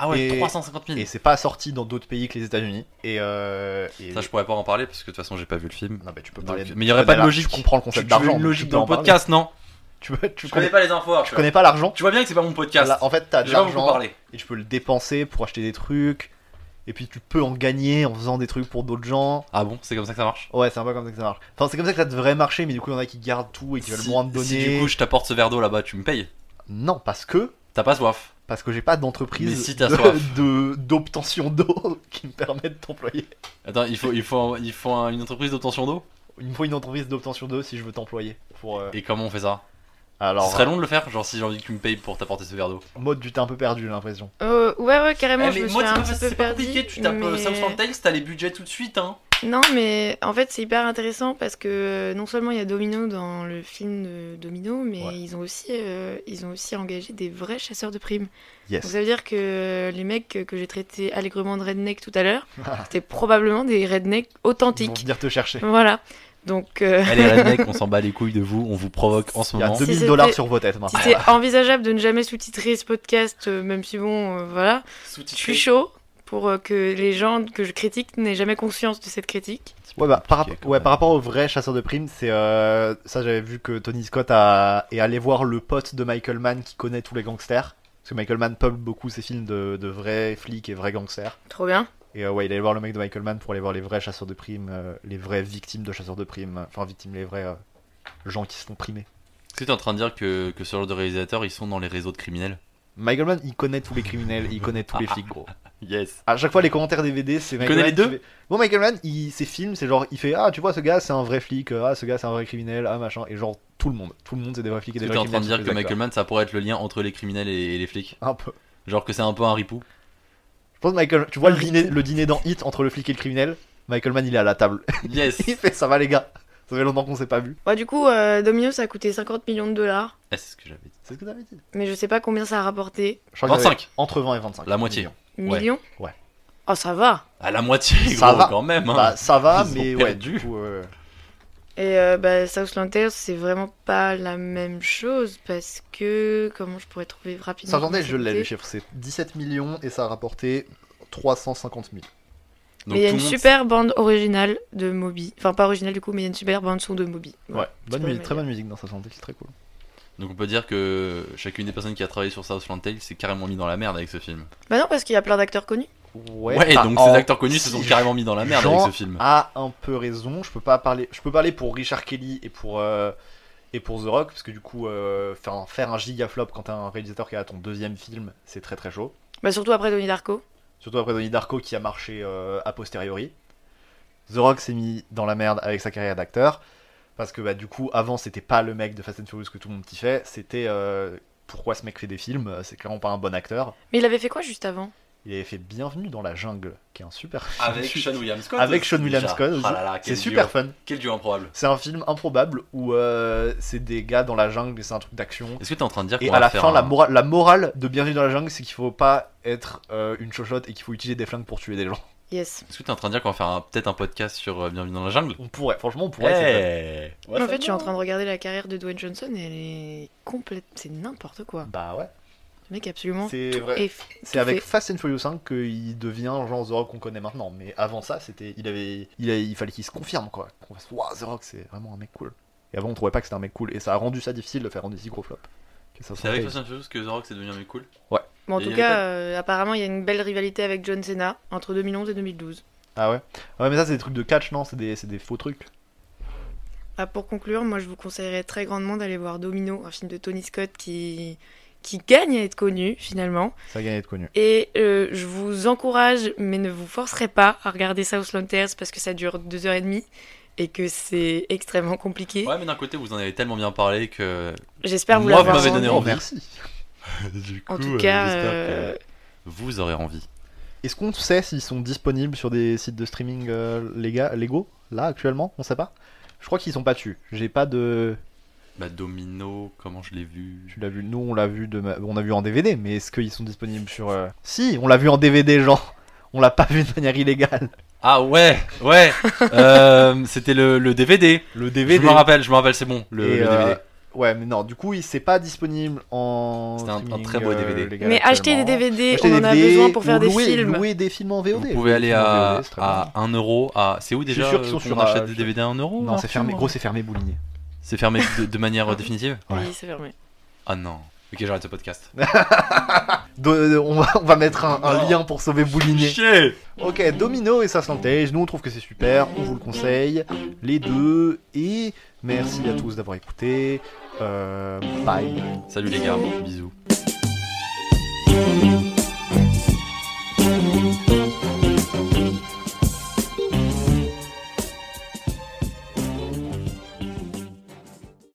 J: Ah ouais,
C: Et-
J: 350
C: Et
J: 000.
C: c'est pas sorti dans d'autres pays que les États-Unis. Et, euh, et-
J: Ça, je pourrais pas en parler parce que de toute façon, j'ai pas vu le film.
C: Non, bah, tu peux
J: Donc,
C: parler.
J: mais il y aurait pas de
C: l'argent,
J: logique.
C: Tu comprends le
J: Tu,
C: concept
J: tu veux
C: d'argent.
J: une
C: donc
J: logique
C: tu peux
J: dans
C: en
J: le
C: parler.
J: podcast, non
C: Tu, peux- tu
J: Je
C: connais,
J: connais pas les infos.
C: tu connais pas l'argent.
J: Tu vois bien que c'est pas mon podcast.
C: Là, en fait, t'as de
J: Je vais pas vous
C: l'argent.
J: parler.
C: et tu peux le dépenser pour acheter des trucs. Et puis tu peux en gagner en faisant des trucs pour d'autres gens.
J: Ah bon, c'est comme ça que ça marche
C: Ouais, c'est un peu comme ça que ça marche. Enfin, c'est comme ça que ça devrait marcher, mais du coup, il y en a qui gardent tout et qui veulent moins te donner.
J: si du coup je t'apporte ce verre d'eau là-bas, tu me payes.
C: Non, parce que
J: T'as pas soif.
C: parce que j'ai pas d'entreprise
J: Mais si t'as soif.
C: de- de- d'obtention d'eau qui me permet de t'employer.
J: Attends, il faut, il faut, il faut un- une entreprise d'obtention d'eau
C: Il me faut une entreprise d'obtention d'eau si je veux t'employer. Pour euh,
J: Et comment Bah, on fait ça Ce
C: alors
J: serait long de le faire, genre si j'ai envie que tu me payes pour t'apporter ce verre d'eau.
C: mode du t'es un peu perdu, j'ai l'impression.
D: Euh, ouais, ouais, carrément,
J: Eh,
D: je
J: mais
D: me
J: moi,
D: suis
J: c'est
D: un
J: pas,
D: petit
J: c'est
D: peu
J: pas
D: perdue,
J: compliqué, tu tapes euh,
D: mais-
J: Southland Tales, t'as les budgets tout de suite, hein.
D: Non, mais en fait, c'est hyper intéressant parce que euh, non seulement il y a Domino dans le film de Domino, mais
C: Ouais.
D: ils, ont aussi, euh, ils ont aussi engagé des vrais chasseurs de primes. Donc
C: Yes.
D: ça veut dire que euh, les mecs que, que j'ai traités allègrement de redneck tout à l'heure,
J: Ah.
D: c'était probablement des rednecks
C: Ils vont
D: authentiques.
C: venir te chercher.
D: Voilà. Donc, euh,
J: Allez, redneck, on s'en bat les couilles de vous, on vous provoque en ce
C: Il y a
J: moment.
D: deux-
C: 2000
D: c'était-
C: dollars sur vos
J: Bah,
C: têtes
D: si
C: maintenant.
D: c'est envisageable de ne jamais sous-titrer ce podcast, euh, même si bon, euh, voilà, je suis chaud pour euh, que les gens que je critique n'aient jamais conscience de cette critique.
C: Ouais, bah, par,
J: compliqué, quand
C: ouais,
J: même.
C: par rapport au vrai chasseur de primes, c'est euh, ça j'avais vu que Tony Scott a, est allé voir le pote de Michael Mann qui connaît tous les gangsters. Parce que Michael Mann pub beaucoup ses films de, de vrais flics et vrais gangsters.
D: Trop bien.
C: Et euh, ouais, il est allé voir le mec de Michael Mann pour aller voir les vrais chasseurs de primes, euh, les vraies victimes de chasseurs de primes, enfin victimes, les vrais euh, gens qui se font primer.
J: Est-ce que t'es en train de dire que, que ce genre de réalisateurs, ils sont dans les réseaux de criminels
C: Michael Mann, il connaît tous les criminels, il connaît tous les flics, gros.
J: Yes.
C: À chaque fois, les commentaires des VD, c'est Michael
J: connais
C: Mann
J: les deux
C: qui fait- Bon, Michael Mann, il, ses films, c'est genre, il fait Ah, tu vois, ce gars, c'est un vrai flic, ah, ce gars, c'est un vrai criminel, ah, machin, et genre, tout le monde, tout le monde, c'est des vrais flics et
J: Est-ce
C: des
J: que
C: vrais
J: t'es en train
C: criminels.
J: de dire que Michael Mann, ça pourrait être le lien entre les criminels et, et les flics
C: Un peu.
J: Genre que c'est un peu un ripou
C: Je pense, que Michael, tu vois le dîner, le dîner dans Hit entre le flic et le criminel, Michael Mann, il est à la table.
J: Yes
C: il fait Ça va, les gars, ça fait longtemps qu'on s'est pas vu.
D: Ouais, du coup, euh, Domino, ça a coûté 50 millions de dollars,
J: Ah, C'est ce que j'avais dit.
C: C'est ce que t'avais dit.
D: mais je sais pas combien ça a rapporté.
C: Je crois que j'avais
J: 25.
C: Entre 20 et 25.
J: La moitié.
C: millions.
J: Ouais.
D: Millions
C: Ouais.
D: Oh, ça va.
J: À la moitié,
C: Ça
J: gros,
C: va.
J: quand même. hein.
C: Bah, ça va,
J: Ils ont
C: mais ouais,
J: perdu.
C: du coup. euh,
D: Et euh, bah, Southland Tales, c'est vraiment pas la même chose parce que. Comment je pourrais trouver rapidement
C: Ça, j'en ai,
D: combien
C: je l'ai,
D: coûtait
C: le chiffre, c'est 17 millions et ça a rapporté 350 000.
J: Donc,
D: mais il y a
J: tout
D: une
J: le monde-
D: super bande originale de Moby. Enfin, pas originale du coup, mais il y a une super bande son de Moby.
C: Ouais, bonne
D: pas
C: musique,
D: mal.
C: très bonne musique dans sa santé, c'est très cool.
J: Donc on peut dire que chacune des personnes qui a travaillé sur Southland Tales s'est carrément mis dans la merde avec ce film.
D: Bah non, parce qu'il y a plein d'acteurs connus.
J: Ouais,
C: enfin,
J: donc
C: en-
J: ces acteurs connus se sont
C: si
J: carrément mis dans la merde
C: Jean
J: avec ce film.
C: a un peu raison. Je peux pas parler. Je peux parler pour Richard Kelly et pour euh, et pour The Rock parce que du coup, euh, faire, un- faire un giga flop quand t'as un réalisateur qui a ton deuxième film, c'est très très chaud.
D: Bah surtout après Donnie Darko.
C: Surtout après Donnie Darko qui a marché euh, a posteriori. The Rock s'est mis dans la merde avec sa carrière d'acteur parce que bah du coup, avant c'était pas le mec de Fast and Furious que tout le monde kiffait. C'était euh, pourquoi ce mec fait des films euh, C'est clairement pas un bon acteur.
D: Mais il avait fait quoi juste avant
C: Il avait fait Bienvenue dans la jungle, qui est un super.
J: Avec Sean William Scott.
C: Avec
J: aussi,
C: Sean William
J: déjà.
C: Scott. aussi.
J: Ah là là,
C: c'est
J: quel
C: super
J: duo.
C: fun.
J: Quel duo improbable.
C: C'est un film improbable où euh, c'est des gars dans la jungle et c'est un truc d'action.
J: Est-ce que t'es en train de dire
C: Et
J: qu'on
C: à
J: va
C: la
J: faire
C: fin, la,
J: un-
C: mora- la morale de Bienvenue dans la jungle, c'est qu'il faut pas être euh, une chochotte et qu'il faut utiliser des flingues pour tuer des gens.
D: Yes.
J: Est-ce que t'es en train de dire qu'on va faire un- peut-être un podcast sur euh, Bienvenue dans la jungle
C: On pourrait, franchement, on pourrait. c'est
J: Hey
C: pas-
D: Mais en fait, je suis en train de regarder la carrière de Dwayne Johnson et elle est complète. C'est n'importe quoi.
C: Bah ouais.
D: Le mec, absolument.
C: C'est
D: tout
C: vrai.
D: est f-
C: C'est
D: tout
C: avec
D: fait.
C: Fast and Furious 5 qu'il devient genre The Rock qu'on connaît maintenant. Mais avant ça, c'était, il avait, il, a- il fallait qu'il se confirme quoi. Qu'on fasse, Ouah, The Rock, c'est vraiment un mec cool. Et avant, on trouvait pas que c'était un mec cool. Et ça a rendu ça difficile de faire un des si gros flop.
J: C'est avec Fast and Furious que The Rock c'est devenu un mec cool
D: Bon, en
J: Et
D: tout
J: il y
D: cas,
J: avait
D: euh, apparemment, il y a une belle rivalité avec John Cena entre 2011 et 2012.
C: Ah ouais. Ouais, mais ça, c'est des trucs de catch, non C'est des, c'est des faux trucs.
D: Ah, pour conclure, moi, je vous conseillerais très grandement d'aller voir Domino, un film de Tony Scott qui qui gagne à être connu finalement.
C: Ça a gagné de connu.
D: Et euh, je vous encourage, mais ne vous forcerez pas à regarder Southland Tales parce que ça dure deux heures et demie et que c'est extrêmement compliqué.
J: Ouais, mais d'un côté, vous en avez tellement bien parlé que.
D: J'espère vous
J: Moi, vous
D: l'avoir
J: m'avez donné
D: rendu.
J: envie.
C: merci.
J: du
D: En
J: coup,
D: tout
J: euh,
D: cas,
J: j'espère
D: euh,
J: que vous aurez envie.
C: Est-ce qu'on sait s'ils sont disponibles sur des sites de streaming euh, les gars, légaux là actuellement On sait pas. Je crois qu'ils sont pas dessus. J'ai pas de.
J: Bah, Domino, comment je l'ai vu
C: Tu l'as vu Nous on l'a vu de. ma- On a vu en DVD, mais est-ce qu'ils sont disponibles sur euh, Si, on l'a vu en DVD, genre. On l'a pas vu de manière illégale.
J: Ah ouais, ouais Euh, C'était le, le DVD.
C: Le DVD.
J: Je me rappelle, je me rappelle, c'est bon, le,
C: Et,
J: le
C: euh,
J: DVD.
C: Ouais, mais non. Du coup, il c'est pas disponible en.
J: C'était un- un
C: streaming,
J: très beau
C: euh,
J: DVD.
C: légal
D: Mais acheter des
C: actuellement.
D: DVD,
C: Acheter
D: on
C: des
D: en a
C: DVD
D: besoin pour
C: ou
D: faire des
C: louer-
D: films.
C: Louer des films en VOD.
J: Vous
C: Louer
J: pouvez
C: des
J: aller
C: films en
J: à,
C: VOD, c'est très bien.
J: à 1 euro. À... C'est où
C: suis
J: déjà
C: sûr qu'ils
J: euh,
C: sont
J: qu'on
C: sur,
J: achète
C: euh,
J: des
C: je-
J: DVD à 1 euro
C: Non, c'est
J: Arthur
C: fermé. Gros, c'est fermé, Boulinier.
J: C'est fermé de, de manière euh, définitive
D: Oui, c'est fermé.
J: Ah non. Ok, j'arrête ce podcast.
C: Do- euh, on, va, on va mettre un, un
J: Non.
C: lien pour sauver Boulinier.
J: Chier
C: Ok, Domino et sa santé. Nous, on trouve que c'est super. On vous le conseille. Les deux. Et merci à tous d'avoir écouté. Euh, bye.
J: Salut les gars, bisous.